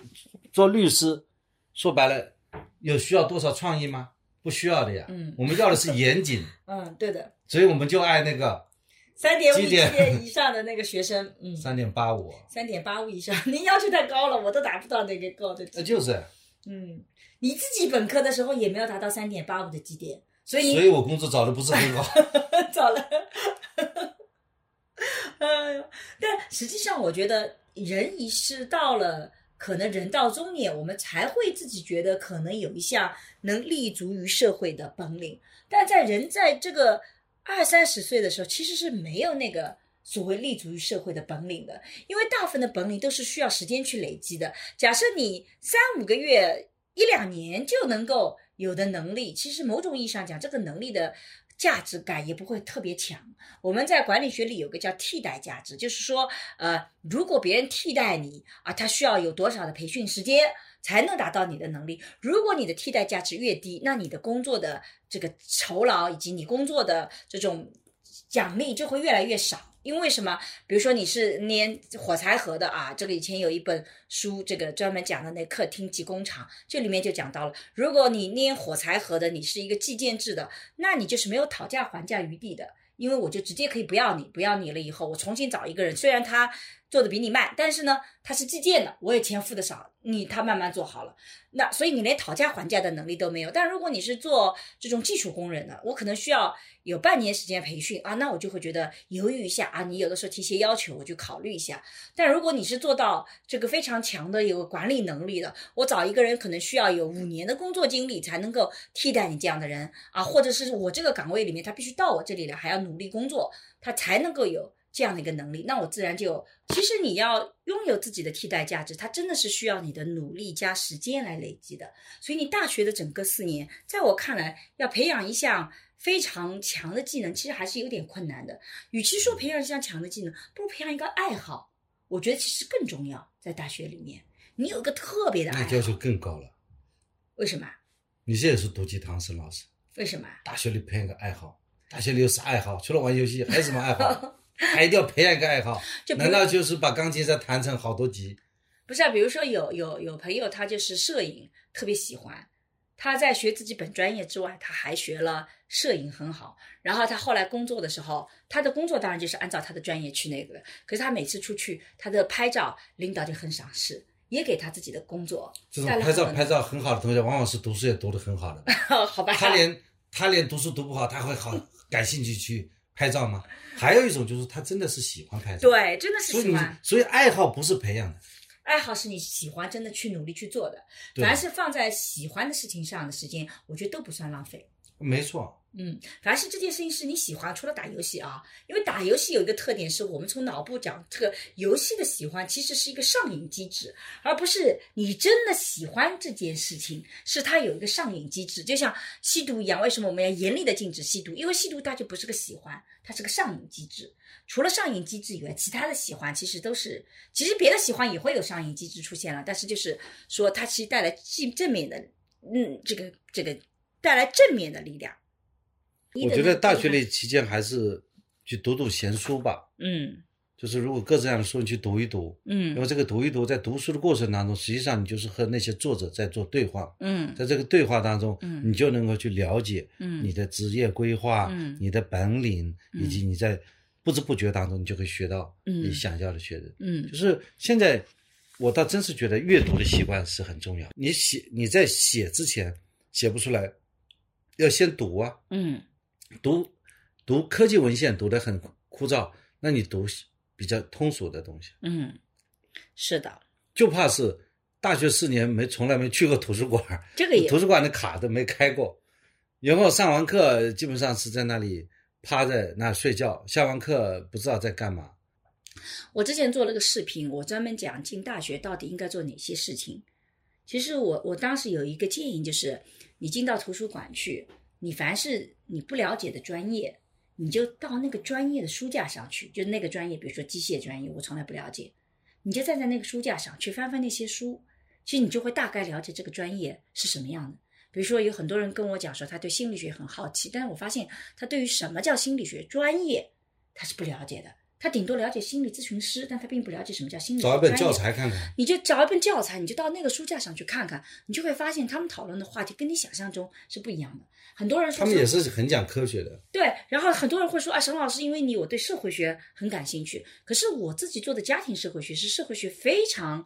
做律师，说白了，有需要多少创意吗？不需要的呀。
嗯
我们要的是严谨，
嗯，对的，
所以我们就爱那个
三点五
绩
绩
点
点以上的那个学生，嗯，
三点八五，
三点八五以上，您要求太高了，我都达不到那个高的绩。
那就是。
嗯，你自己本科的时候也没有达到三点八五的绩点，所以
所以我工资找的不是 很高。
早了。 哎呦，但实际上，我觉得人一世到了，可能人到中年，我们才会自己觉得可能有一项能立足于社会的本领。但在人在这个二三十岁的时候，其实是没有那个所谓立足于社会的本领的，因为大部分的本领都是需要时间去累积的。假设你三五个月、一两年就能够有的能力，其实某种意义上讲，这个能力的价值感也不会特别强。我们在管理学里有个叫替代价值，就是说，呃，如果别人替代你啊，他需要有多少的培训时间才能达到你的能力？如果你的替代价值越低，那你的工作的这个酬劳以及你工作的这种奖励就会越来越少。因为什么？比如说你是念火柴盒的啊，这个以前有一本书，这个专门讲的那客厅及工厂，这里面就讲到了，如果你捏火柴盒的，你是一个计件制的，那你就是没有讨价还价余地的，因为我就直接可以不要你，不要你了以后，我重新找一个人，虽然他做的比你慢，但是呢，他是计件的，我也钱付的少，你他慢慢做好了。那所以你连讨价还价的能力都没有。但如果你是做这种技术工人的，我可能需要有半年时间培训啊，那我就会觉得犹豫一下啊。你有的时候提些要求，我就考虑一下。但如果你是做到这个非常强的有管理能力的，我找一个人可能需要有五年的工作经历才能够替代你这样的人啊，或者是我这个岗位里面他必须到我这里来，还要努力工作，他才能够有这样的一个能力，那我自然就其实你要拥有自己的替代价值，它真的是需要你的努力加时间来累积的。所以你大学的整个四年，在我看来，要培养一项非常强的技能，其实还是有点困难的。与其说培养一项强的技能，不如培养一个爱好，我觉得其实更重要。在大学里面，你有一个特别的爱
那要求
好，
更高了。
为什么？啊
你这也是毒鸡汤，沈老师。
为什么？啊
大学里培养个爱好，大学里有啥爱好？除了玩游戏，还有什么爱好？ 还一定要培养一个爱好？
就比如
难道就是把钢琴再弹成好多级？
不是啊，比如说有有有朋友他就是摄影特别喜欢，他在学自己本专业之外，他还学了摄影很好。然后他后来工作的时候，他的工作当然就是按照他的专业去那个的。可是他每次出去，他的拍照领导就很赏识，也给他自己的工作
这
带
种
来
拍照
很
拍照很好的同学，往往是读书也读得很好的。
好吧？
他连他连读书读不好，他会好感兴趣去拍照吗？还有一种就是他真的是喜欢拍照。，
对，真的是
所以
喜
你
欢
所以爱好不是培养的，
爱好是你喜欢，真的去努力去做的。
对
凡是放在喜欢的事情上的时间，我觉得都不算浪费。
没错，
嗯，凡是这件事情是你喜欢，除了打游戏啊，因为打游戏有一个特点是我们从脑部讲，这个游戏的喜欢其实是一个上瘾机制，而不是你真的喜欢这件事情，是它有一个上瘾机制，就像吸毒一样，为什么我们要严厉的禁止吸毒？因为吸毒它就不是个喜欢，它是个上瘾机制。除了上瘾机制以外，其他的喜欢其实都是，其实别的喜欢也会有上瘾机制出现了，但是就是说它其实带来正正面的，嗯，这个这个带来正面的力量。
我觉得大学里期间还是去读读闲书吧。
嗯
就是如果各种各样的书你去读一读，因
嗯
为这个读一读，在读书的过程当中，实际上你就是和那些作者在做对话，
嗯
在这个对话当中，
嗯
你就能够去了解
嗯
你的职业规划、
嗯
你的本领，
嗯
以及你在不知不觉当中，你就会学到
嗯
你想要的学的。
嗯
就是现在，我倒真是觉得阅读的习惯是很重要。你写你在写之前写不出来，要先读啊，
嗯
读读科技文献读得很枯燥，那你读比较通俗的东西。
嗯，是的，
就怕是大学四年没从来没去过图书馆，
这个也
图书馆的卡都没开过，然后上完课基本上是在那里趴在那睡觉，下完课不知道在干嘛。
我之前做了个视频，我专门讲进大学到底应该做哪些事情。其实我我当时有一个建议，就是你进到图书馆去，你凡是你不了解的专业，你就到那个专业的书架上去，就那个专业，比如说机械专业，我从来不了解，你就站在那个书架上去翻翻那些书，其实你就会大概了解这个专业是什么样的。比如说，有很多人跟我讲说他对心理学很好奇，但是我发现他对于什么叫心理学专业他是不了解的，他顶多了解心理咨询师，但他并不了解什么叫心理学
找一本
专业
教材看看，
你就找一本教材，你就到那个书架上去看看，你就会发现他们讨论的话题跟你想象中是不一样的。很多人说
他们也是很讲科学的。
对，然后很多人会说啊，沈老师，因为你我对社会学很感兴趣，可是我自己做的家庭社会学是社会学非常。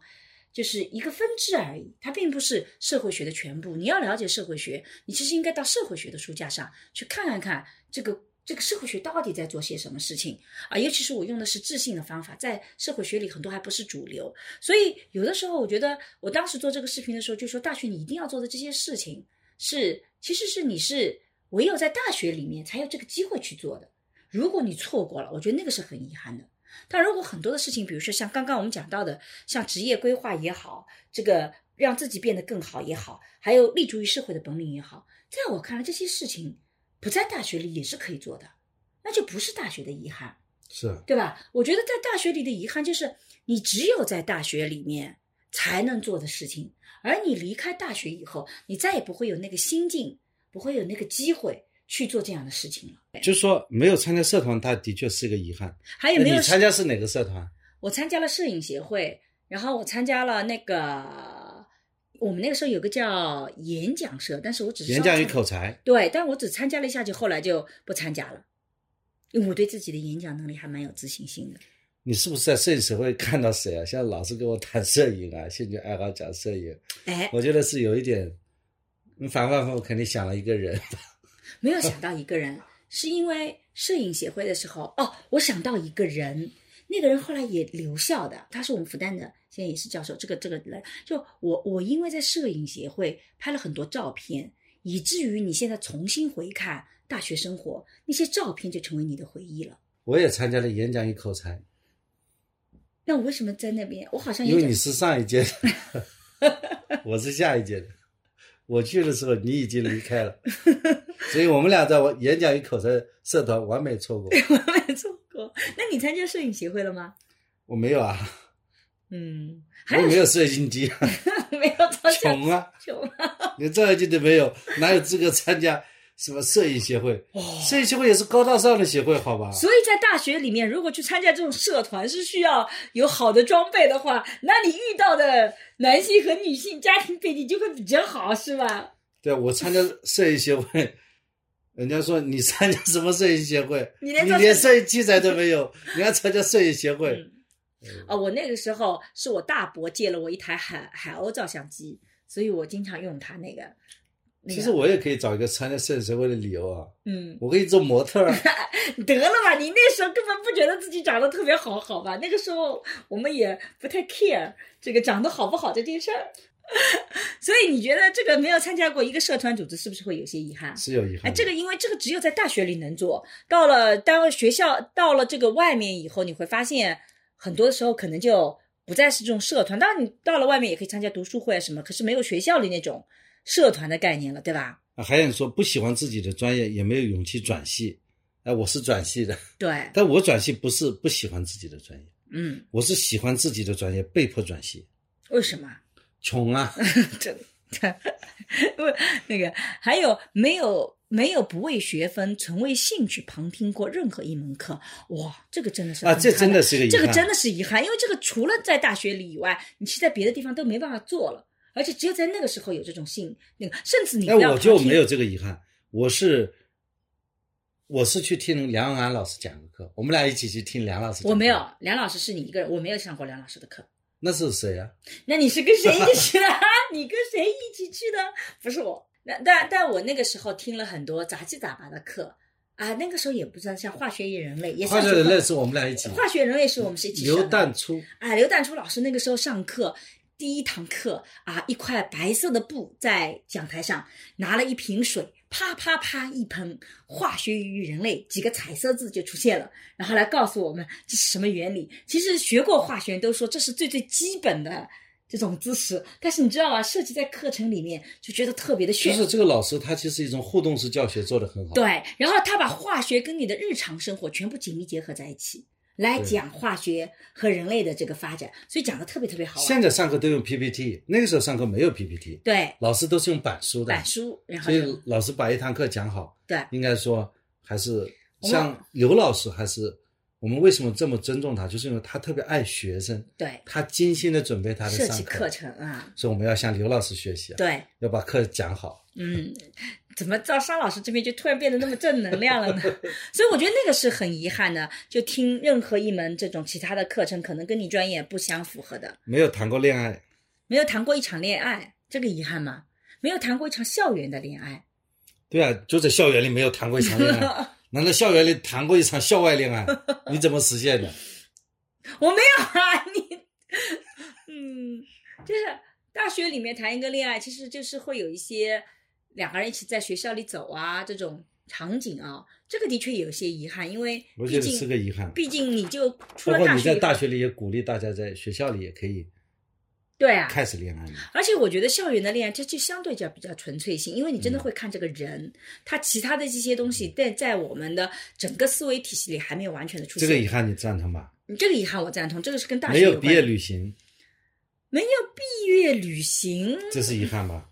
就是一个分支而已，它并不是社会学的全部。你要了解社会学，你其实应该到社会学的书架上去看看看这个这个社会学到底在做些什么事情啊。尤其是我用的是质性的方法，在社会学里很多还不是主流，所以有的时候我觉得我当时做这个视频的时候就说，大学你一定要做的这些事情，是其实是你是唯有在大学里面才有这个机会去做的。如果你错过了，我觉得那个是很遗憾的。但如果很多的事情，比如说像刚刚我们讲到的，像职业规划也好，这个让自己变得更好也好，还有立足于社会的本领也好，在我看来，这些事情不在大学里也是可以做的，那就不是大学的遗憾。
是
对吧？我觉得在大学里的遗憾就是，你只有在大学里面才能做的事情，而你离开大学以后，你再也不会有那个心境，不会有那个机会去做这样的事情了。
就是说没有参加社团，他的确是个遗憾。
还有没有
你参加是哪个社团？
我参加了摄影协会，然后我参加了那个我们那个时候有个叫演讲社，但是我只是
演讲与
稍微
口才。
对，但我只参加了一下，就后来就不参加了，因为我对自己的演讲能力还蛮有自信心的。
你是不是在摄影协会看到谁啊？现在老是跟我谈摄影啊，兴趣爱好讲摄影，
哎，
我觉得是有一点，你反反复复肯定想了一个人。
没有想到一个人，是因为摄影协会的时候，哦，我想到一个人，那个人后来也留校的，他是我们复旦的，现在也是教授。这个这个人，就我我因为在摄影协会拍了很多照片，以至于你现在重新回看大学生活，那些照片就成为你的回忆了。
我也参加了演讲与口才，
那我为什么在那边？我好像
因
有
为
点
你是上一届的， 我是下一届的。我去的时候你已经离开了，所以我们俩在我演讲与口才社团完美 错过。
没错过。 那你参加摄影协会了吗？
我没有啊，
嗯， 还
我
有
没有摄 影机啊，
没有参加
穷啊，
穷
连这一届都没有， 哪有资格参加什么摄影协会？摄影协会也是高大上的协会，好吧？
所以在大学里面，如果去参加这种社团是需要有好的装备的话， 那你遇到的男性和女性家庭背景就会比较好，是吧？
对，我参加摄影协会， 人家说你参加什么摄影协会？
你
你
连做摄
摄影器材都 没有，你还参加摄影协会？
嗯哦，我那个时候是我大伯借了我一台海海鸥照相机，所以我经常用它那个。那个
其实我也可以找一个参加摄影协会的理由啊，
嗯，
我可以做模特儿啊。
得了吧，你那时候根本不觉得自己长得特别好，好吧？那个时候我们也不太 care 这个长得好不好这件事儿， 所以你觉得这个没有参加过一个社团组织，是不是会有些遗憾？
是有遗
哎，
憾的。
这个因为这个只有在大学里能做，到了当学校到了这个外面以后，你会发现很多的时候可能就不再是这种社团。当然，你到了外面也可以参加读书会啊什么，可是没有学校里那种社团的概念了，对吧？
啊还有人说不喜欢自己的专业，也没有勇气转系。哎，我是转系的，
对，
但我转系不是不喜欢自己的专业，
嗯，
我是喜欢自己的专业，被迫转系。
为什么？
穷啊！
这不那个还有没有没有不为学分，纯为兴趣旁听过任何一门课？哇，这个真的是
啊，
很
这
遗憾
真的是个遗
这
憾。
个真的是遗憾，因为这个除了在大学里以外，你其实在别的地方都没办法做了，而且只有在那个时候有这种性那个，甚至你
那
不要
我就
旁听
没有这个遗憾，我是我是去听梁永安老师讲的课，我们俩一起去听梁老师讲的课。
我没有梁老师是你一个人，我没有上过梁老师的课。
那是谁啊？
那你是跟谁一起的？ 你跟谁一起去的？不是我。那但但我那个时候听了很多杂七杂八的课啊，那个时候也不算像化学与人类，也
化
算
学
是
人类是我们俩一起。
化学人类是我们是一起上
刘
的
淡初，
啊，刘淡初老师那个时候上课，第一堂课啊，一块白色的布在讲台上，拿了一瓶水，啪啪啪一喷，化学与人类几个彩色字就出现了，然后来告诉我们这是什么原理。其实学过化学人都说这是最最基本的这种知识，但是你知道吧，设计在课程里面就觉得特别的
就
炫。
是这个老师，他其实一种互动式教学做得很好。
对，然后他把化学跟你的日常生活全部紧密结合在一起，来
对
讲化学和人类的这个发展，所以讲的特别特别好啊玩。
现在上课都用 PPT，那个时候上课没有 PPT，
对，
老师都是用板书的。
板，书，然后
所以
就
老师把一堂课讲好，
对
应该说还是
我们
像刘老师，还是我们为什么这么尊重他，就是因为他特别爱学生，
对
他精心的准备他的
设
上
计
课
课程啊，
所以我们要向刘老师学习啊，
对，
要把课讲好。
嗯， 怎么到沙老师这边就突然变得那么正能量了呢？ 所以我觉得那个是很遗憾的，就听任何一门这种其他的课程，可能跟你专业不相符合的，
没有谈过恋爱，
没有谈过一场恋爱，这个遗憾吗？没有谈过一场校园的恋爱，
对啊，就在校园里没有谈过一场恋爱，难道校园里谈过一场校外 恋爱？你怎么实现的？
我没有啊，你， 嗯，就是大学里面谈一个恋爱，其实就是会有一些两个人一起在学校里走啊这种场景啊，这个的确有些遗憾，因为
我
毕
觉得
竟
是个遗憾。
毕竟你就出
包
了
括
大
你
学以
在
后，
大学里也鼓励大家在学校里也可以
对啊，
开始恋爱嘛。
而且我觉得校园的恋爱，它就相对较比较纯粹性，因为你真的会看这个人，
嗯
他其他的这些东西，在在我们的整个思维体系里还没有完全的出
这
现。
个遗憾你赞成吧？
憾，这个遗憾我赞同，这个是跟大学
没有
关
毕业旅行，
没有毕业旅行，
这是遗憾吧？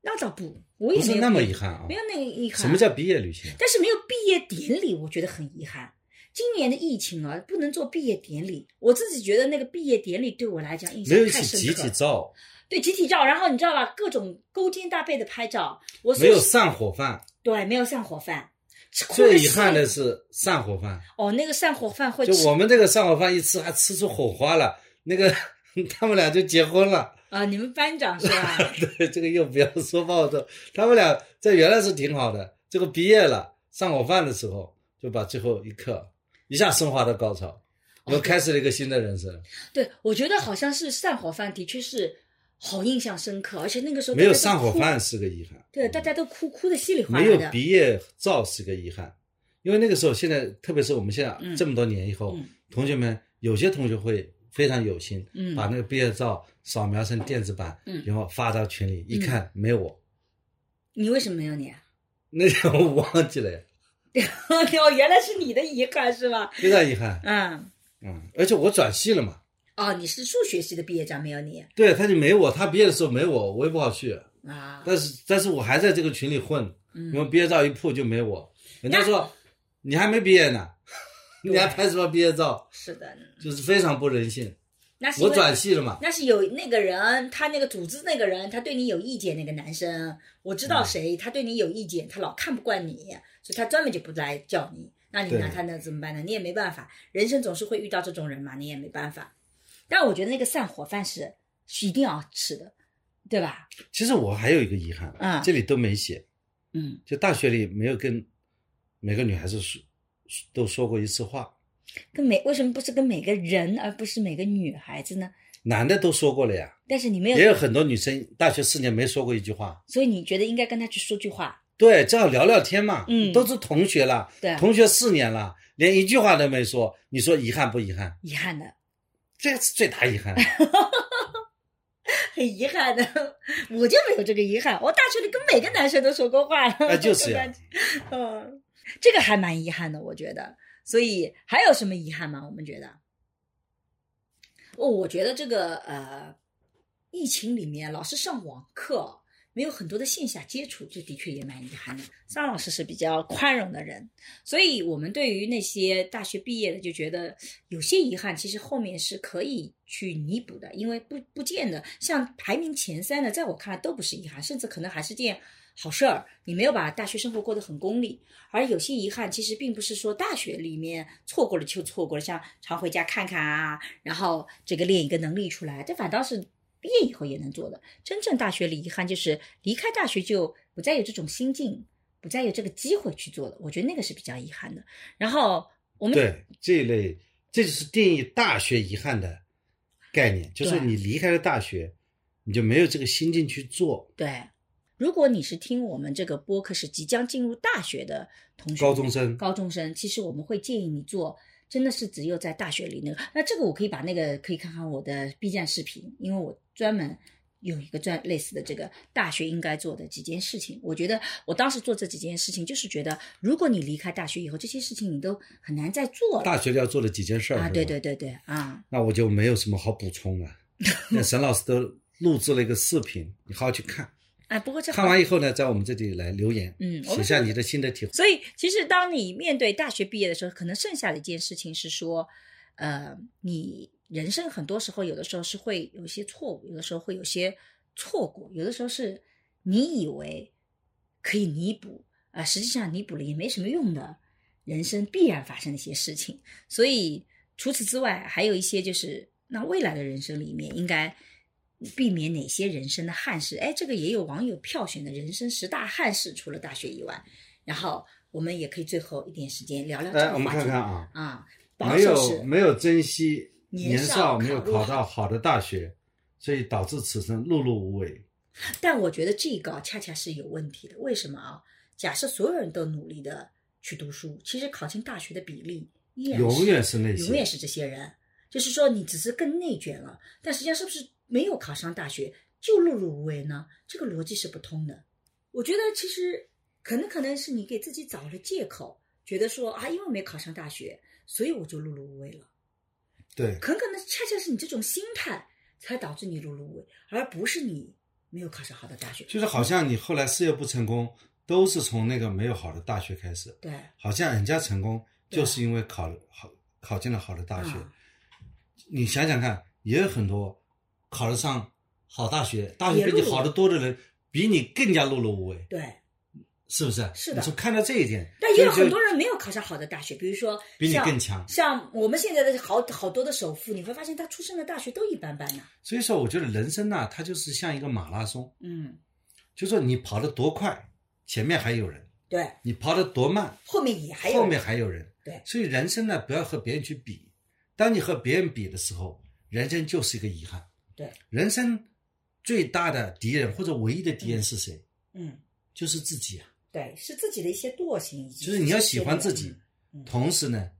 那到不， 我
不
也没
是
有
那么
毕业
遗憾啊
没。有那个遗憾。
什么叫毕业旅行啊？
但是没有毕业典礼，我觉得很遗憾。今年的疫情啊，不能做毕业典礼。我自己觉得那个毕业典礼对我来讲印
没
象
有一
太
起集
深刻
体
了。
照，
对集体照，然后你知道吧，各种勾肩搭背的拍照。 我所
没有散伙饭。
对，没有散伙饭。吃哭
最
得
遗憾
稀
的是散伙饭，
哦，那个散伙饭会
就
吃
我们这个散伙饭一吃还吃出火花了，那个他们俩就结婚了。
啊、你们班长是吧？
对，这个又不要说暴动，他们俩在原来是挺好的，这个毕业了散伙饭的时候就把最后一刻一下升华到高潮，
哦
又开始了一个新的人生。
对，我觉得好像是散伙饭，的确是好印象深刻，而且那个时候
没有
大家
散
都
伙
哭
饭，是个遗憾，
对，大家都哭哭的稀里哗啦
没有
的。
毕业照是个遗憾，因为那个时候现在，特别是我们现在
嗯
这么多年以后，
嗯
同学们有些同学会非常有心，
嗯
把那个毕业照扫描成电子版，
嗯
然后发到群里，一看、没有我，
你为什么没有你、 啊？
那个我忘 记了呀，
哦，原来是你的遗憾是吧？
非常遗憾。
嗯，
嗯，而且我转系了嘛，
哦，你是数学系的毕业展没有你
对，他就没我，他毕业的时候没我，我也不好去，
啊？
但是但是我还在这个群里混，因为
嗯，
毕业照一铺就没我，人家说你还没毕业 呢，你还拍什么毕业照？
是的，
就是非常不人性。
那是因
我
为
转系了嘛，
那是有那个人，他那个组织那个人，他对你有意见。那个男生，我知
嗯
道谁，他对你有意见，他老看不惯你，所以他专门就不来叫你。那你拿
对
他那怎么办呢？你也没办法，人生总是会遇到这种人嘛，你也没办法。但我觉得那个散伙饭是是一定要吃的，对吧？
其实我还有一个遗憾，
嗯
这里都没写，
嗯，
就大学里没有跟每个女孩子说都说过一次话，
跟每为什么不是跟每个人，而不是每个女孩子呢？
男的都说过了呀，
但是你没有，
也有很多女生大学四年没说过一句话。
所以你觉得应该跟他去说句话，
对，正好聊聊天嘛，
嗯
都是同学了，
对啊，
同学四年了，连一句话都没说，你说遗憾不遗憾？
遗憾的，
这是最大遗憾。
很遗憾的，我就没有这个遗憾。我大学里跟每个男生都说过话了，
哎就是呀
感觉嗯，这个还蛮遗憾的，我觉得。所以还有什么遗憾吗？我们觉得，哦，我觉得这个呃，疫情里面老是上网课，没有很多的线下接触，这的确也蛮遗憾的。张老师是比较宽容的人，所以我们对于那些大学毕业的，就觉得有些遗憾，其实后面是可以去弥补的，因为不不见得像排名前三的，在我看来都不是遗憾，甚至可能还是件好事儿。你没有把大学生活过得很功利，而有些遗憾其实并不是说大学里面错过了就错过了，像常回家看看啊，然后这个练一个能力出来，这反倒是毕业以后也能做的。真正大学里遗憾就是离开大学就不再有这种心境，不再有这个机会去做了，我觉得那个是比较遗憾的。然后 我们
对这一类，这就是定义大学遗憾的概念，就是
对
你离开了大学，你就没有这个心境去做
对，如果你是听我们这个播客是即将进入大学的同学，
高中生。
高中生，其实我们会建议你做，真的是只有在大学里那个。那这个我可以把那个可以看看我的 B 站视频，因为我专门有一个专类似的这个大学应该做的几件事情。我觉得我当时做这几件事情，就是觉得如果你离开大学以后，这些事情你都很难再做了
大学里要做的几件事儿
啊！
是
对
吧
对对对啊，
那我就没有什么好补充 了。那沈老师都录制了一个视频，你好好去看。
哎，不过这
看
好
完以后呢，在我们这里来留言，
嗯我
写
们
下你的心得体会。
所以，其实当你面对大学毕业的时候，可能剩下的一件事情是说，呃，你人生很多时候有的时候是会有一些错误，有的时候会有些错过，有的时候是你以为可以弥补啊、实际上弥补了也没什么用的，人生必然发生的一些事情。所以除此之外，还有一些就是那未来的人生里面应该避免哪些人生的憾事？哎，这个也有网友票选的人生十大憾事，除了大学以外，然后我们也可以最后一点时间聊聊这
哎，
个
我们
话
看
题
看啊，
啊，保
没
守
有
是
没有珍惜
年
年
少
少，没有
考入
考到好的大学，所以导致此生碌碌无为。
但我觉得这个啊恰恰是有问题的。为什么啊？假设所有人都努力的去读书，其实考进大学的比例依然是
永远是那些
永远是这些人。就是说，你只是更内卷了，但实际上是不是没有考上大学就碌碌无为呢？这个逻辑是不通的。我觉得其实可能可能是你给自己找了借口，觉得说啊，因为没考上大学，所以我就碌碌无为了。
对，
很可能恰恰是你这种心态才导致你碌碌无为，而不是你没有考上好的大学。
就是好像你后来事业不成功，都是从那个没有好的大学开始，
对，
好像人家成功
对
就是因为考了好考进了好的大学。
啊
你想想看，也有很多考得上好大学，大
也
学比你
碌碌
好得多的人，比你更加碌碌无为，
对，
是不是？
是的
你就看到这一点，
但也有
所以
很
就
多人没有考上好的大学，比如说
比你
像
更强
像我们现在的好好多的首富，你会发现他出生的大学都一般般呐、
所以说，我觉得人生呐、它就是像一个马拉松，
嗯，
就说你跑得多快，前面还有人；
对，
你跑得多慢，
后面也还有
后面还有人。
对
所以人生呢，不要和别人去比。当你和别人比的时候，人生就是一个遗憾。
对，
人生最大的敌人或者唯一的敌人是谁？
嗯，
就是自己啊。
对，是自己的一些惰性，以及
就是你要喜欢自己，
嗯
同时呢，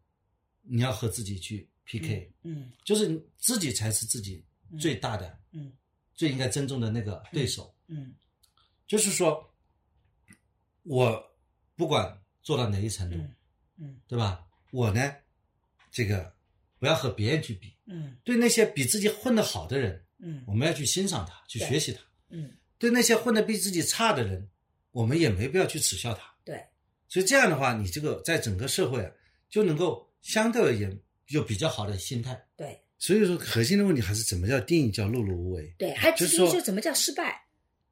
你要和自己去 PK，、
嗯
就是你自己才是自己最大的、
嗯
最应该尊重的那个对手。
嗯
就是说，我不管做到哪一程度，
嗯嗯
对吧？我呢，这个不要和别人去比，
嗯
对那些比自己混得好的人，
嗯
我们要去欣赏他，去
对
学习他；
嗯，
对那些混得比自己差的人，我们也没必要去耻笑他。
对，
所以这样的话，你这个在整个社会啊，就能够相对而言有比较好的心态。
对
所以说，核心的问题还是怎么叫定义叫碌碌无为。
对，还提
就
出
是说
就怎么叫失败？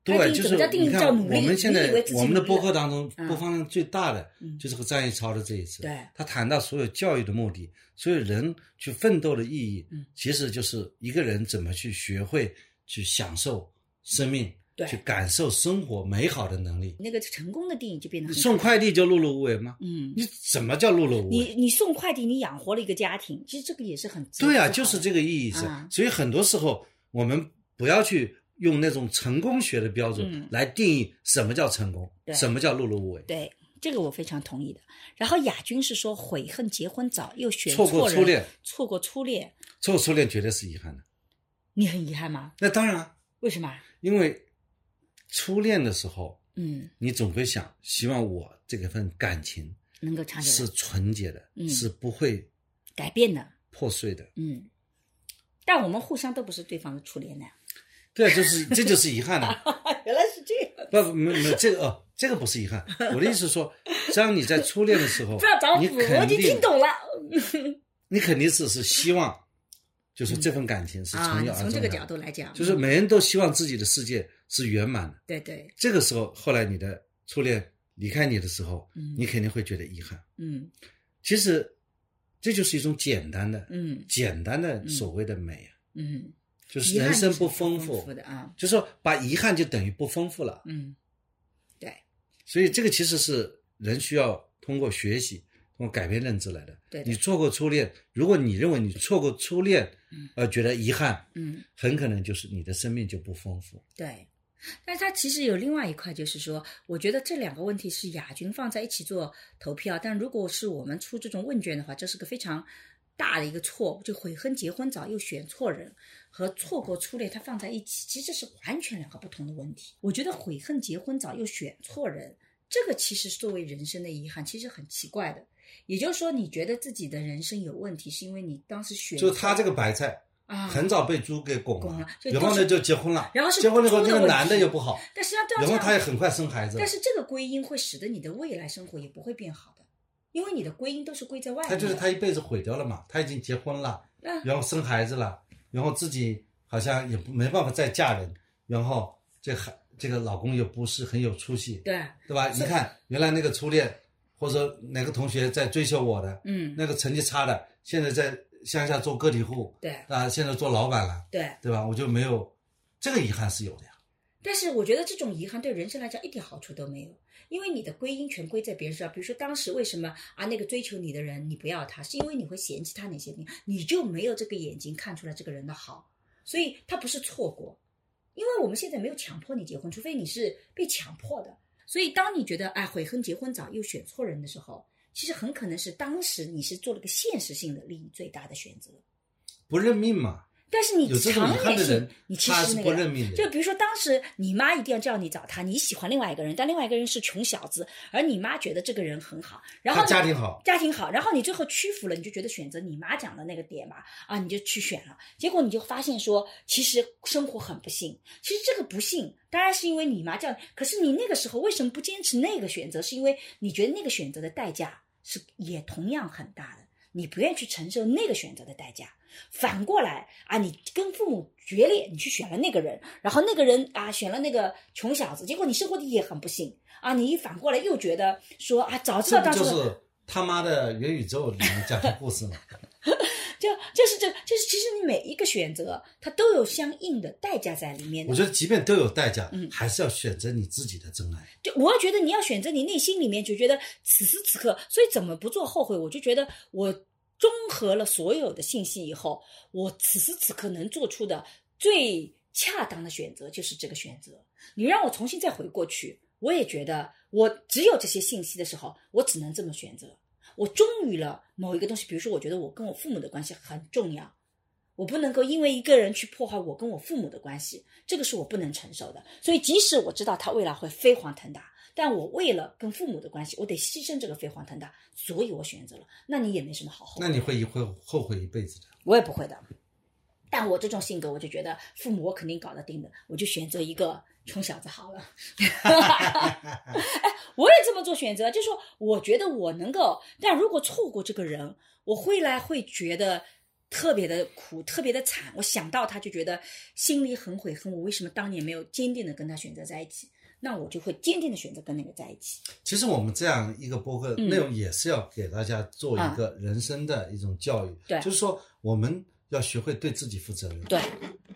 还
对，
定义
就
怎
是
么叫定
你
义叫
看，
努力？
我们现
你
在
以为自己
我们的
努力
播客
了
当中
嗯
播放量最大的
嗯
就是和张一超的这一次，
对
他谈到所有教育的目的，所有人去奋斗的意义
嗯，
其实就是一个人怎么去学会去享受生命，
对
去感受生活美好的能力。
那个成功的定义就变得
你
很
送快递就碌碌无为吗？
嗯，
你怎么叫碌碌无
你
为？
你送快递，你养活了一个家庭，其实这个也是很值
对啊，
得
就是
的
这个意义是
啊。
嗯
所以很多时候我们不要去用那种成功学的标准
嗯
来定义什么叫成功，
对
什么叫碌碌无为。
对，这个我非常同意的。然后亚军是说悔恨结婚早，又选
错过
人，
初恋，
错过初恋，
错过初恋绝对是遗憾的。
你很遗憾吗？
那当然了，
为什么？啊
因为初恋的时候，
嗯，
你总会想，希望我这个份感情
能够长久
是
地
纯洁的，
嗯
是不会
改变的，
破碎的。
嗯。但我们互相都不是对方的初恋呢。
对 啊，就是这就是遗憾了。
原来是这样，
不，没没这个哦，这个不是遗憾。我的意思是说，当你在初恋的时候
不要找，
你
补，我
肯
已经
定
听懂了。
你肯定是是希望，就是这份感情是
啊，
从一
你
而终
从这
的
个角度，来讲，
嗯
就是每人都希望自己的世界是圆满的。
对对，
这个时候，后来你的初恋离开你的时候，
嗯
你肯定会觉得遗憾。
嗯
其实，这就是一种简单的、
嗯
简单的所谓的美啊，
嗯，
就是
遗憾
人生
是
不
丰
丰富，
的啊。
就是说把遗憾就等于不丰富了。
嗯
所以，这个其实是人需要通过学习、通过改变认知来的。
对的
你错过初恋，如果你认为你错过初恋
嗯，
而觉得遗憾，
嗯，
很可能就是你的生命就不丰富。
对，
但是它其实有另外一块，就是说，我觉得这两个问题是亚军放在一起做投票，但如果是我们出这种问卷的话，这是个非常大的一个错误，就悔恨结婚早又选错人和错过初恋，它放在一起，其实这是完全两个不同的问题。我觉得悔恨结婚早又选错人，这个其实是作为人生的遗憾，其实很奇怪的。也就是说，你觉得自己的人生有问题，是因为你当时选
就
错
他这个白菜，
啊，
很早被猪给拱
拱
了
了，就
然后
都
呢
是
就结婚了，
然后是
结婚了以后
猪的
这个
问
男的
题
也不好，
但实际上这样
然
这
后
样
他也很快生孩子了，
但是这个归因会使得你的未来生活也不会变好的，因为你的归因都是归在外面
他
的。
就是他一辈子毁掉了嘛，他已经结婚了，
嗯
然后生孩子了，然后自己好像也不没办法再嫁人，然后这孩这个老公也不是很有出息，
对，
对吧？你看原来那个初恋或者哪个同学在追求我的，
嗯，
那个成绩差的，现在在乡下做个体户，
对
啊，现在做老板了，
对。
对吧？我就没有这个遗憾是有的呀。
但是我觉得这种遗憾对人生来讲一点好处都没有，因为你的归因全归在别人身上。比如说当时为什么啊那个追求你的人你不要他，是因为你会嫌弃他哪些地方，你就没有这个眼睛看出来这个人的好，所以他不是错过，因为我们现在没有强迫你结婚，除非你是被强迫的。所以当你觉得哎悔恨结婚早又选错人的时候，其实很可能是当时你是做了个现实性的利益最大的选择。
不认命嘛，
但是你
有这种
长
遗憾
远
的
性
人，，
你其
他
实
是
那
不
个
认命的。
就比如说，当时你妈一定要叫你找他，你喜欢另外一个人，但另外一个人是穷小子，而你妈觉得这个人很好，然后
他
你
家庭好，
家庭好，然后你最后屈服了，你就觉得选择你妈讲的那个点嘛，啊，你就去选了，结果你就发现说，其实生活很不幸，其实这个不幸当然是因为你妈叫你，可是你那个时候为什么不坚持那个选择？是因为你觉得那个选择的代价是也同样很大的，你不愿意去承受那个选择的代价。反过来啊，你跟父母决裂，你去选了那个人，然后那个人啊选了那个穷小子，结果你生活的也很不幸啊，你一反过来又觉得说啊，早知道
这不
当初
就
的
是他妈的元宇宙里面讲的故事吗？
就就是这，就是其实你每一个选择，它都有相应的代价在里面
我
的。
觉得即便都有代价
嗯，
还是要选择你自己的真爱。
就我觉得你要选择你内心里面就觉得此时此刻，所以怎么不做后悔？我就觉得我综合了所有的信息以后，我此时此刻能做出的最恰当的选择就是这个选择。你让我重新再回过去，我也觉得我只有这些信息的时候，我只能这么选择。我忠于了某一个东西，比如说，我觉得我跟我父母的关系很重要，我不能够因为一个人去破坏我跟我父母的关系，这个是我不能承受的。所以，即使我知道他未来会飞黄腾达，但我为了跟父母的关系，我得牺牲这个飞黄腾达，所以我选择了。那你也没什么好后悔
那。你会会后悔一辈子的。
我也不会的。但我这种性格，我就觉得父母我肯定搞得定的，我就选择一个穷小子好 了。哎，我也这么做选择，就说我觉得我能够，但如果错过这个人，我回来会觉得特别的苦，特别的惨。我想到他就觉得心里很悔恨，我为什么当年没有坚定的跟他选择在一起？那我就会坚定的选择跟那个在一起。
其实我们这样一个播客
嗯
内容也是要给大家做一个人生的一种教育，
嗯对
就是说我们要学会对自己负责任，
对，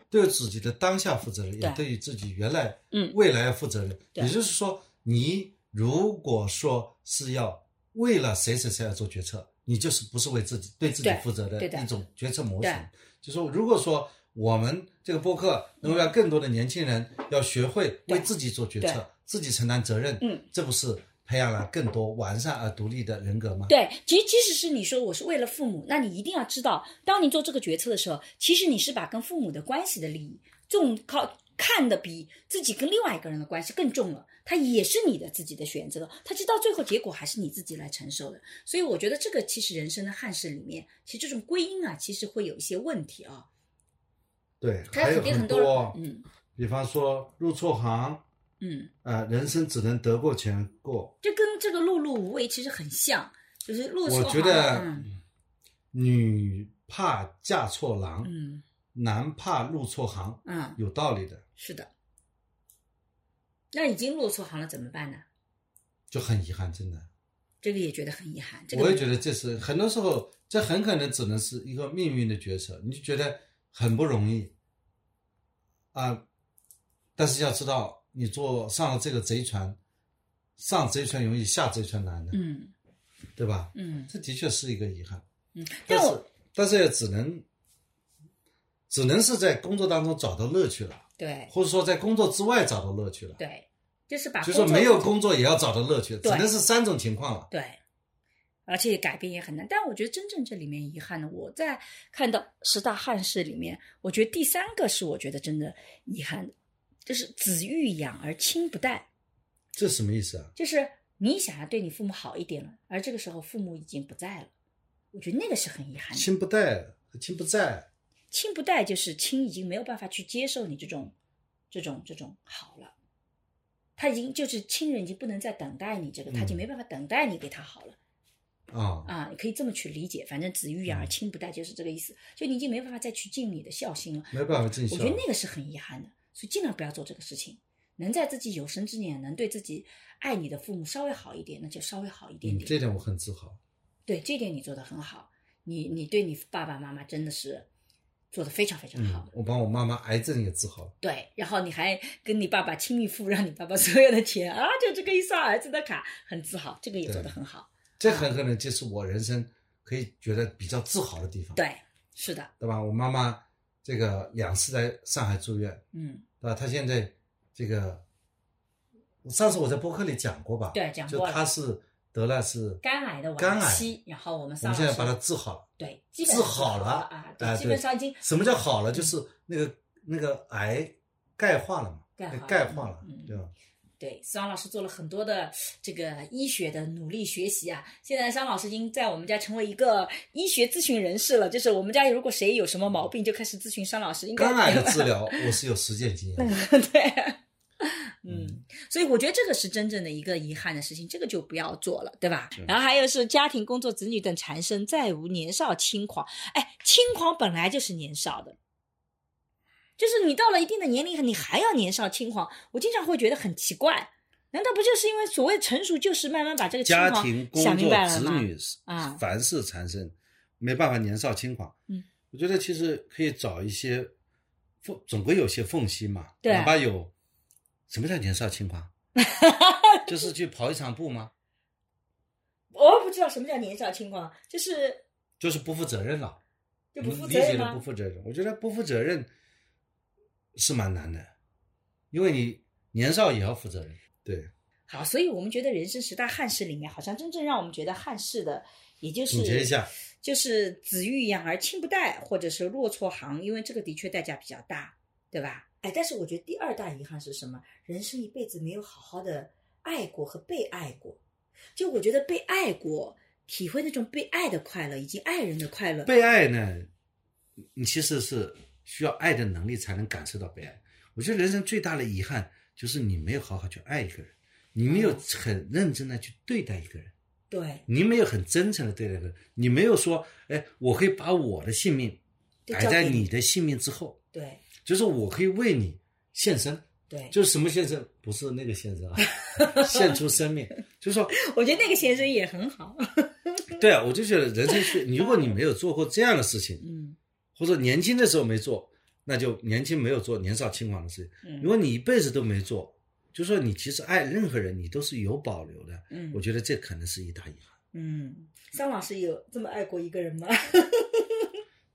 对自己的当下负责任，也
对
对于自己原来、
嗯
未来要负责任。
对
也就是说，你如果说是要为了谁谁谁而做决策，你就是不是为自己对自己
对
负责的
对的
一种决策模
对
型。就说如果说我们这个播客能够让更多的年轻人要学会
嗯对
为自己做决
对
策，自己承担责任，
嗯，
这不是培养了更多完善而独立的人格吗？
对，其实即使是你说我是为了父母，那你一定要知道，当你做这个决策的时候，其实你是把跟父母的关系的利益重靠看的比自己跟另外一个人的关系更重了。它也是你的自己的选择，它其实到最后结果还是你自己来承受的。所以我觉得这个其实人生的憾事里面，其实这种归因啊，其实会有一些问题啊。
对，
它
还有
肯定很多
多，啊
人嗯
比方说入错行，
嗯，
呃，人生只能得过且过。
这跟这个碌碌无为其实很像，就是路
我
错
觉
行
得
了嗯
女怕嫁错郎，
嗯
男怕入错行，
嗯，
有道理的，
是的。那已经落错行了怎么办呢？
就很遗憾，真的。
这个也觉得很遗憾。这个
我也觉得这是很多时候，这很可能只能是一个命运的决策，你就觉得很不容易啊。但是要知道，你坐上了这个贼船，上贼船容易，下贼船难的，
嗯
对吧？
嗯
这的确是一个遗憾，
嗯，但
但是
我
但是也只能只能是在工作当中找到乐趣了，
对
或者说在工作之外找到乐趣了。
对，就是把工
就是说
作
没有工作也要找到乐趣，只
对
能是三种情况了。
对，而且改变也很难。但我觉得真正这里面遗憾的，我在看到十大憾事里面，我觉得第三个是我觉得真的遗憾的，就是子欲养而亲不待，
这什么意思啊？
就是你想要对你父母好一点了，而这个时候父母已经不在了，我觉得那个是很遗憾的。
亲不待，亲不在。
亲不待就是亲已经没有办法去接受你这种、这种、这种好了，他已经就是亲人已经不能再等待你这个，他已经
嗯
没办法等待你给他好了、
啊、
啊！你可以这么去理解，反正子欲
嗯
养而亲不待就是这个意思，就你已经没办法再去尽你的孝心了。
没办法尽孝
我觉得那个是很遗憾的，所以尽量不要做这个事情。能在自己有生之年能对自己爱你的父母稍微好一点，那就稍微好一点
嗯，
点。
这点我很自豪。
对这点你做的很好，你你对你爸爸妈妈真的是做的非常非常好。
嗯，我把我妈妈癌症也治好了。
对，然后你还跟你爸爸亲密付，让你爸爸所有的钱啊，就这个一刷儿子的卡，很自豪，这个也做得很好。
这很可能就是我人生可以觉得比较自豪的地方，
对，是的，
对吧？我妈妈这个两次在上海住院，
嗯，
对吧？她现在这个，我上次我在播客里讲过吧？
对讲
就
过了
她是得了是
肝癌的
肝
晚
癌，
期，然后我们
我
桑
们
老
现在
师
把它治好了。
对基本
治
上
好了
啊，对，
哎
基本上已经嗯
什么叫好了？就是那个那个癌钙化了嘛，哎
钙化了
钙化了
嗯，
对吧？
对，桑老师做了很多的这个医学的努力学习啊。现在桑老师已经在我们家成为一个医学咨询人士了，就是我们家如果谁有什么毛病，就开始咨询桑老师。应该
肝癌的治疗我是有实践经验的，
对，啊嗯，所以我觉得这个是真正的一个遗憾的事情，这个就不要做了，对吧？然后还有是家庭、工作、子女等缠身，再无年少轻狂。哎，轻狂本来就是年少的，就是你到了一定的年龄，你还要年少轻狂，我经常会觉得很奇怪。难道不就是因为所谓成熟，就是慢慢把这个轻
家
狂
庭、工
想明白
作、
了
子
吗？
女
啊
凡事缠身，没办法年少轻狂。
嗯，
我觉得其实可以找一些缝，总归有些缝隙嘛。
对啊
哪怕有什么叫年少 轻狂？就是去跑一场步吗？
我不知道什么叫年少轻狂，就是
就是不负责任了。
就不负
嗯理
责
解
任
的不
吗？
负责任，我觉得不负责任是蛮难的，因为你年少也要负责任。对，
好，所以我们觉得人生十大憾事里面，好像真正让我们觉得憾事的，也就是
总结一下，
就是子欲养而亲不待，或者是落错行，因为这个的确代价比较大，对吧？哎，但是我觉得第二大遗憾是什么？人生一辈子没有好好的爱过和被爱过。就我觉得被爱过，体会那种被爱的快乐以及爱人的快乐，
被爱呢，你其实是需要爱的能力才能感受到被爱。我觉得人生最大的遗憾就是你没有好好去爱一个人，你没有很认真的去对待一个人。
对，
你没有很真诚的对待他，你没有说，哎，我可以把我的性命
就
摆
交
在
给你
你的性命之后，
对，
就是我可以为你献身，
对。
就是什么先生，不是那个先生啊，献出生命，就是说，
我觉得那个先生也很好，
对啊，我就觉得人生是，你如果你没有做过这样的事情，
嗯
或者年轻的时候没做，那就年轻没有做年少轻狂的事情。
嗯
如果你一辈子都没做，就说你其实爱任何人，你都是有保留的。
嗯
我觉得这可能是一大遗憾。
嗯。桑老师有这么爱过一个人吗？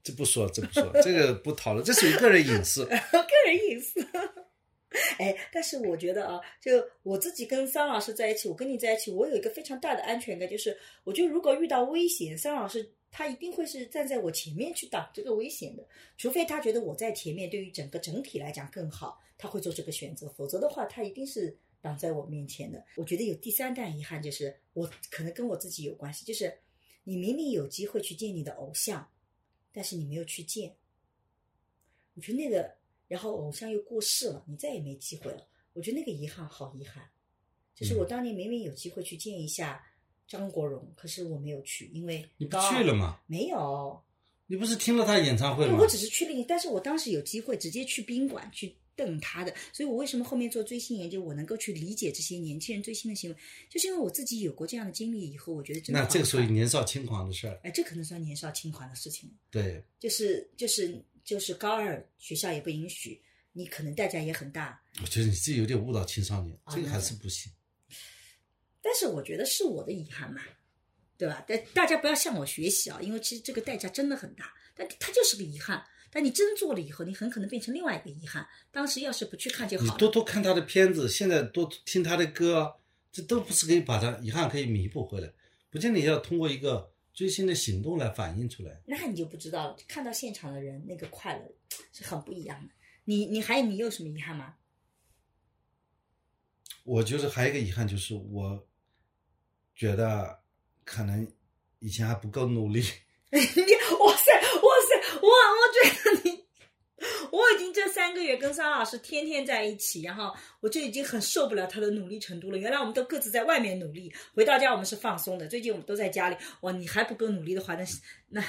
这不说，这不说，这个不讨论，这属于个人隐私。
个人隐私。 哎，但是我觉得啊，就我自己跟桑老师在一起，我跟你在一起，我有一个非常大的安全感，就是我觉得如果遇到危险，桑老师他一定会是站在我前面去挡这个危险的，除非他觉得我在前面对于整个整体来讲更好，他会做这个选择，否则的话，他一定是挡在我面前的。我觉得有第三大遗憾，就是我可能跟我自己有关系，就是你明明有机会去见你的偶像，但是你没有去见，我觉得那个，然后偶像又过世了，你再也没机会了。我觉得那个遗憾好遗憾，就是
嗯
我当年明明有机会去见一下张国荣，可是我没有去，因为
你不
高
去了吗？
没有，
你不是听了他演唱会
对，
吗？
哎我只是去另一，但是我当时有机会直接去宾馆去瞪他的，所以我为什么后面做追星研究，我能够去理解这些年轻人追星的行为，就是因为我自己有过这样的经历以后，我觉得真的
那
好
这个
遗
属于
憾
年少轻狂的事儿。
哎，这可能算年少轻狂的事情了。
对，
就是就是就是高二学校也不允许，你可能代价也很大。
我觉得你自己有点误导青少年，
啊
这个
那
还
个
是不行。
但是我觉得是我的遗憾嘛，对吧？但大家不要向我学习啊，因为其实这个代价真的很大，但它就是个遗憾。但你真做了以后，你很可能变成另外一个遗憾。当时要是不去看就
你
好了。
多多看他的片子，现在多听他的歌，这都不是可以把他遗憾可以弥补回来，不见得要通过一个追星的行动来反映出来。
那你就不知道了，看到现场的人那个快乐是很不一样的。你你还你有什么遗憾吗？
我就是还有一个遗憾，就是我觉得可能以前还不够努 力，
你哇塞哇塞，我我觉得你，我已经这三个月跟桑老师天天在一起，然后我就已经很受不了他的努力程度了。原来我们都各自在外面努力，回到家我们是放松的。最近我们都在家里，哇，你还不够努力的话，那是那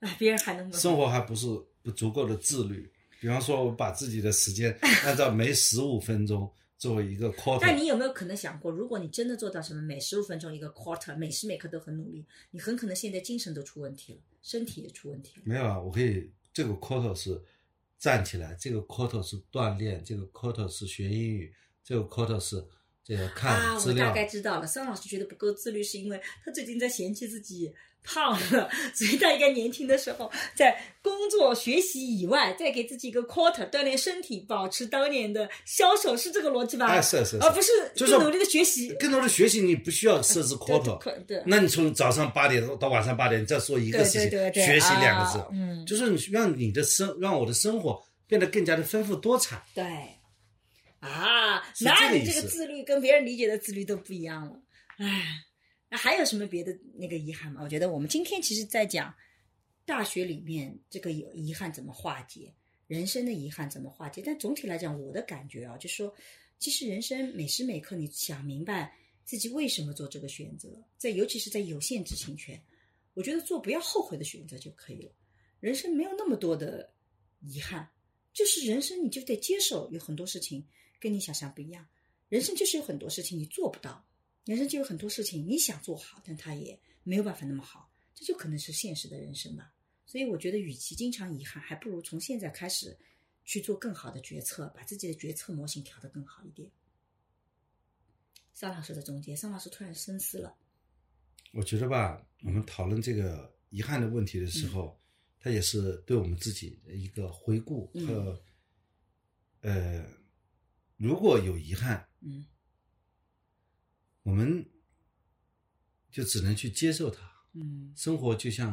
那别人还能不能
生活还不是不足够的自律。比方说，我把自己的时间按照每十五分钟作为一个 quarter，
但你有没有可能想过，如果你真的做到什么每十五分钟一个 quarter，每时每刻都很努力，你很可能现在精神都出问题了，身体也出问题了。
没有啊，我可以这个 quarter 是站起来，这个 quarter 是锻炼，这个 quarter 是学英语，这个 quarter 是这个看
啊，
资
我
料
大，概知道了。桑老师觉得不够自律，是因为他最近在嫌弃自己胖了，所以他应该年轻的时候，在工作、学习以外，再给自己一个 quarter 锻炼身体，保持当年的销售，是这个逻辑吧？
哎，是是
而
是，
哦不是
就
更努力的学习。
更多的学习，你不需要设置
对
quarter，
可对，
那你从早上八点到晚上八点，你再说一个
对
事
对
情，
对对，
学习两个字，
啊嗯，
就是你让你的生，让我的生活变得更加的丰富多彩。
对。啊，
是这
那
个
你
意
这个
思
自律跟别人理解的自律都不一样了，唉，那还有什么别的那个遗憾吗？我觉得我们今天其实在讲大学里面这个有遗憾怎么化解，人生的遗憾怎么化解。但总体来讲，我的感觉啊，就说其实人生每时每刻你想明白自己为什么做这个选择，在尤其是在有限知情权，我觉得做不要后悔的选择就可以了。人生没有那么多的遗憾，就是人生你就得接受有很多事情跟你想象不一样，人生就是有很多事情你做不到，人生就有很多事情你想做好，但它也没有办法那么好，这就可能是现实的人生吧。所以我觉得，与其经常遗憾，还不如从现在开始去做更好的决策，把自己的决策模型调得更好一点。桑老师的总结，桑老师突然深思了，
我觉得吧，我们讨论这个遗憾的问题的
嗯
时候，它也是对我们自己的一个回顾
嗯
和，呃，如果有遗憾，
嗯
我们就只能去接受它。
嗯，
生活就像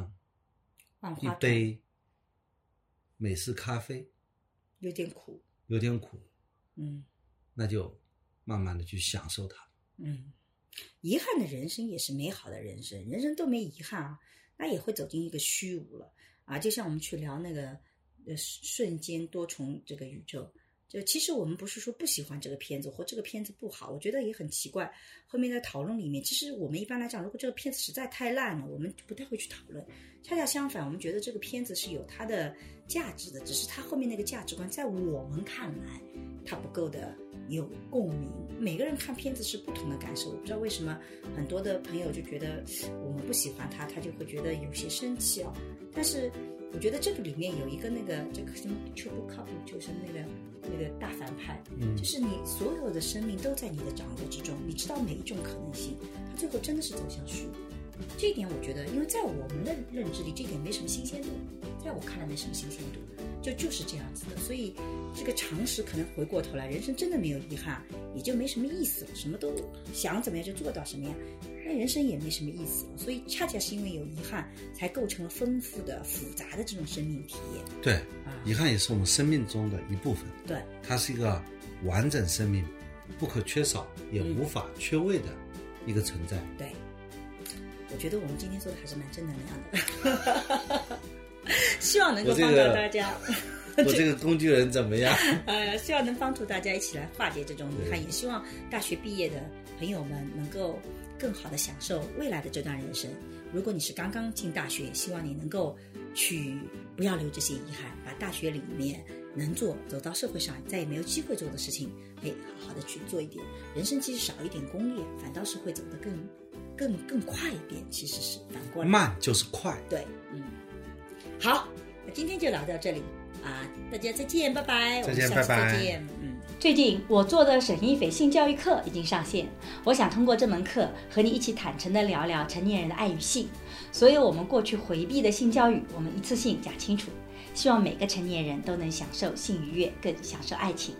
万
一
花筒
杯美式咖啡，
有点苦，
有点苦，
嗯。
那就慢慢的去享受它。
嗯，遗憾的人生也是美好的人生，人生都没遗憾啊，那也会走进一个虚无了啊。就像我们去聊那个呃瞬间多重这个宇宙，就其实我们不是说不喜欢这个片子或这个片子不好，我觉得也很奇怪。后面在讨论里面，其实我们一般来讲，如果这个片子实在太烂了，我们就不太会去讨论。恰恰相反，我们觉得这个片子是有它的价值的，只是它后面那个价值观在我们看来。它不够的有共鸣。每个人看片子是不同的感受，我不知道为什么很多的朋友就觉得我们不喜欢他，他就会觉得有些生气哦。但是我觉得这个里面有一个那个这个什么 triple couple，就是那个那个大反派，
嗯
就是你所有的生命都在你的掌握之中，你知道每一种可能性，它最后真的是走向虚无。这一点我觉得，因为在我们的认知里，这点没什么新鲜度，在我看来没什么新鲜度，就就是这样子的。所以这个常识可能回过头来，人生真的没有遗憾，也就没什么意思了，什么都想怎么样就做到什么样，那人生也没什么意思了。所以恰恰是因为有遗憾，才构成了丰富的、复杂的这种生命体验
对，
啊。
遗憾也是我们生命中的一部分。
对，
它是一个完整生命不可缺少也
嗯
无法缺位的一个存在。
对，我觉得我们今天做的还是蛮正能量 的，希望能够
我这
帮
个
到大家。
我这个工具人怎么样？
呃，希望能帮助大家一起来化解这种遗憾，也希望大学毕业的朋友们能够更好的享受未来的这段人生。如果你是刚刚进大学，希望你能够去不要留这些遗憾，把大学里面能做，走到社会上再也没有机会做的事情，哎，好好的去做一点。人生其实少一点功利，反倒是会走得更更更快一点。其实是反过来，
慢就是快。
对，嗯，好，那今天就聊到这里啊，大家再见，拜拜，我
再
们
见
下次
拜拜
再见，嗯。
最近我做的沈一斐性教育课已经上线，我想通过这门课和你一起坦诚地聊聊成年人的爱与性，所有我们过去回避的性教育，我们一次性讲清楚。希望每个成年人都能享受性愉悦，更享受爱情。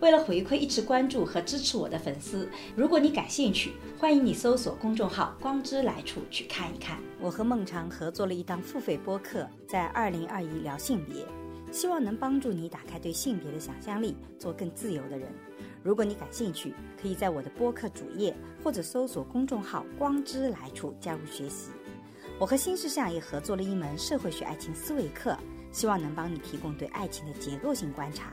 为了回馈一直关注和支持我的粉丝，如果你感兴趣，欢迎你搜索公众号“光之来处”去看一看。
我和孟常合作了一档付费播客，在二零二一聊性别，希望能帮助你打开对性别的想象力，做更自由的人。如果你感兴趣，可以在我的播客主页或者搜索公众号“光之来处”加入学习。我和新事项也合作了一门社会学爱情思维课，希望能帮你提供对爱情的结构性观察。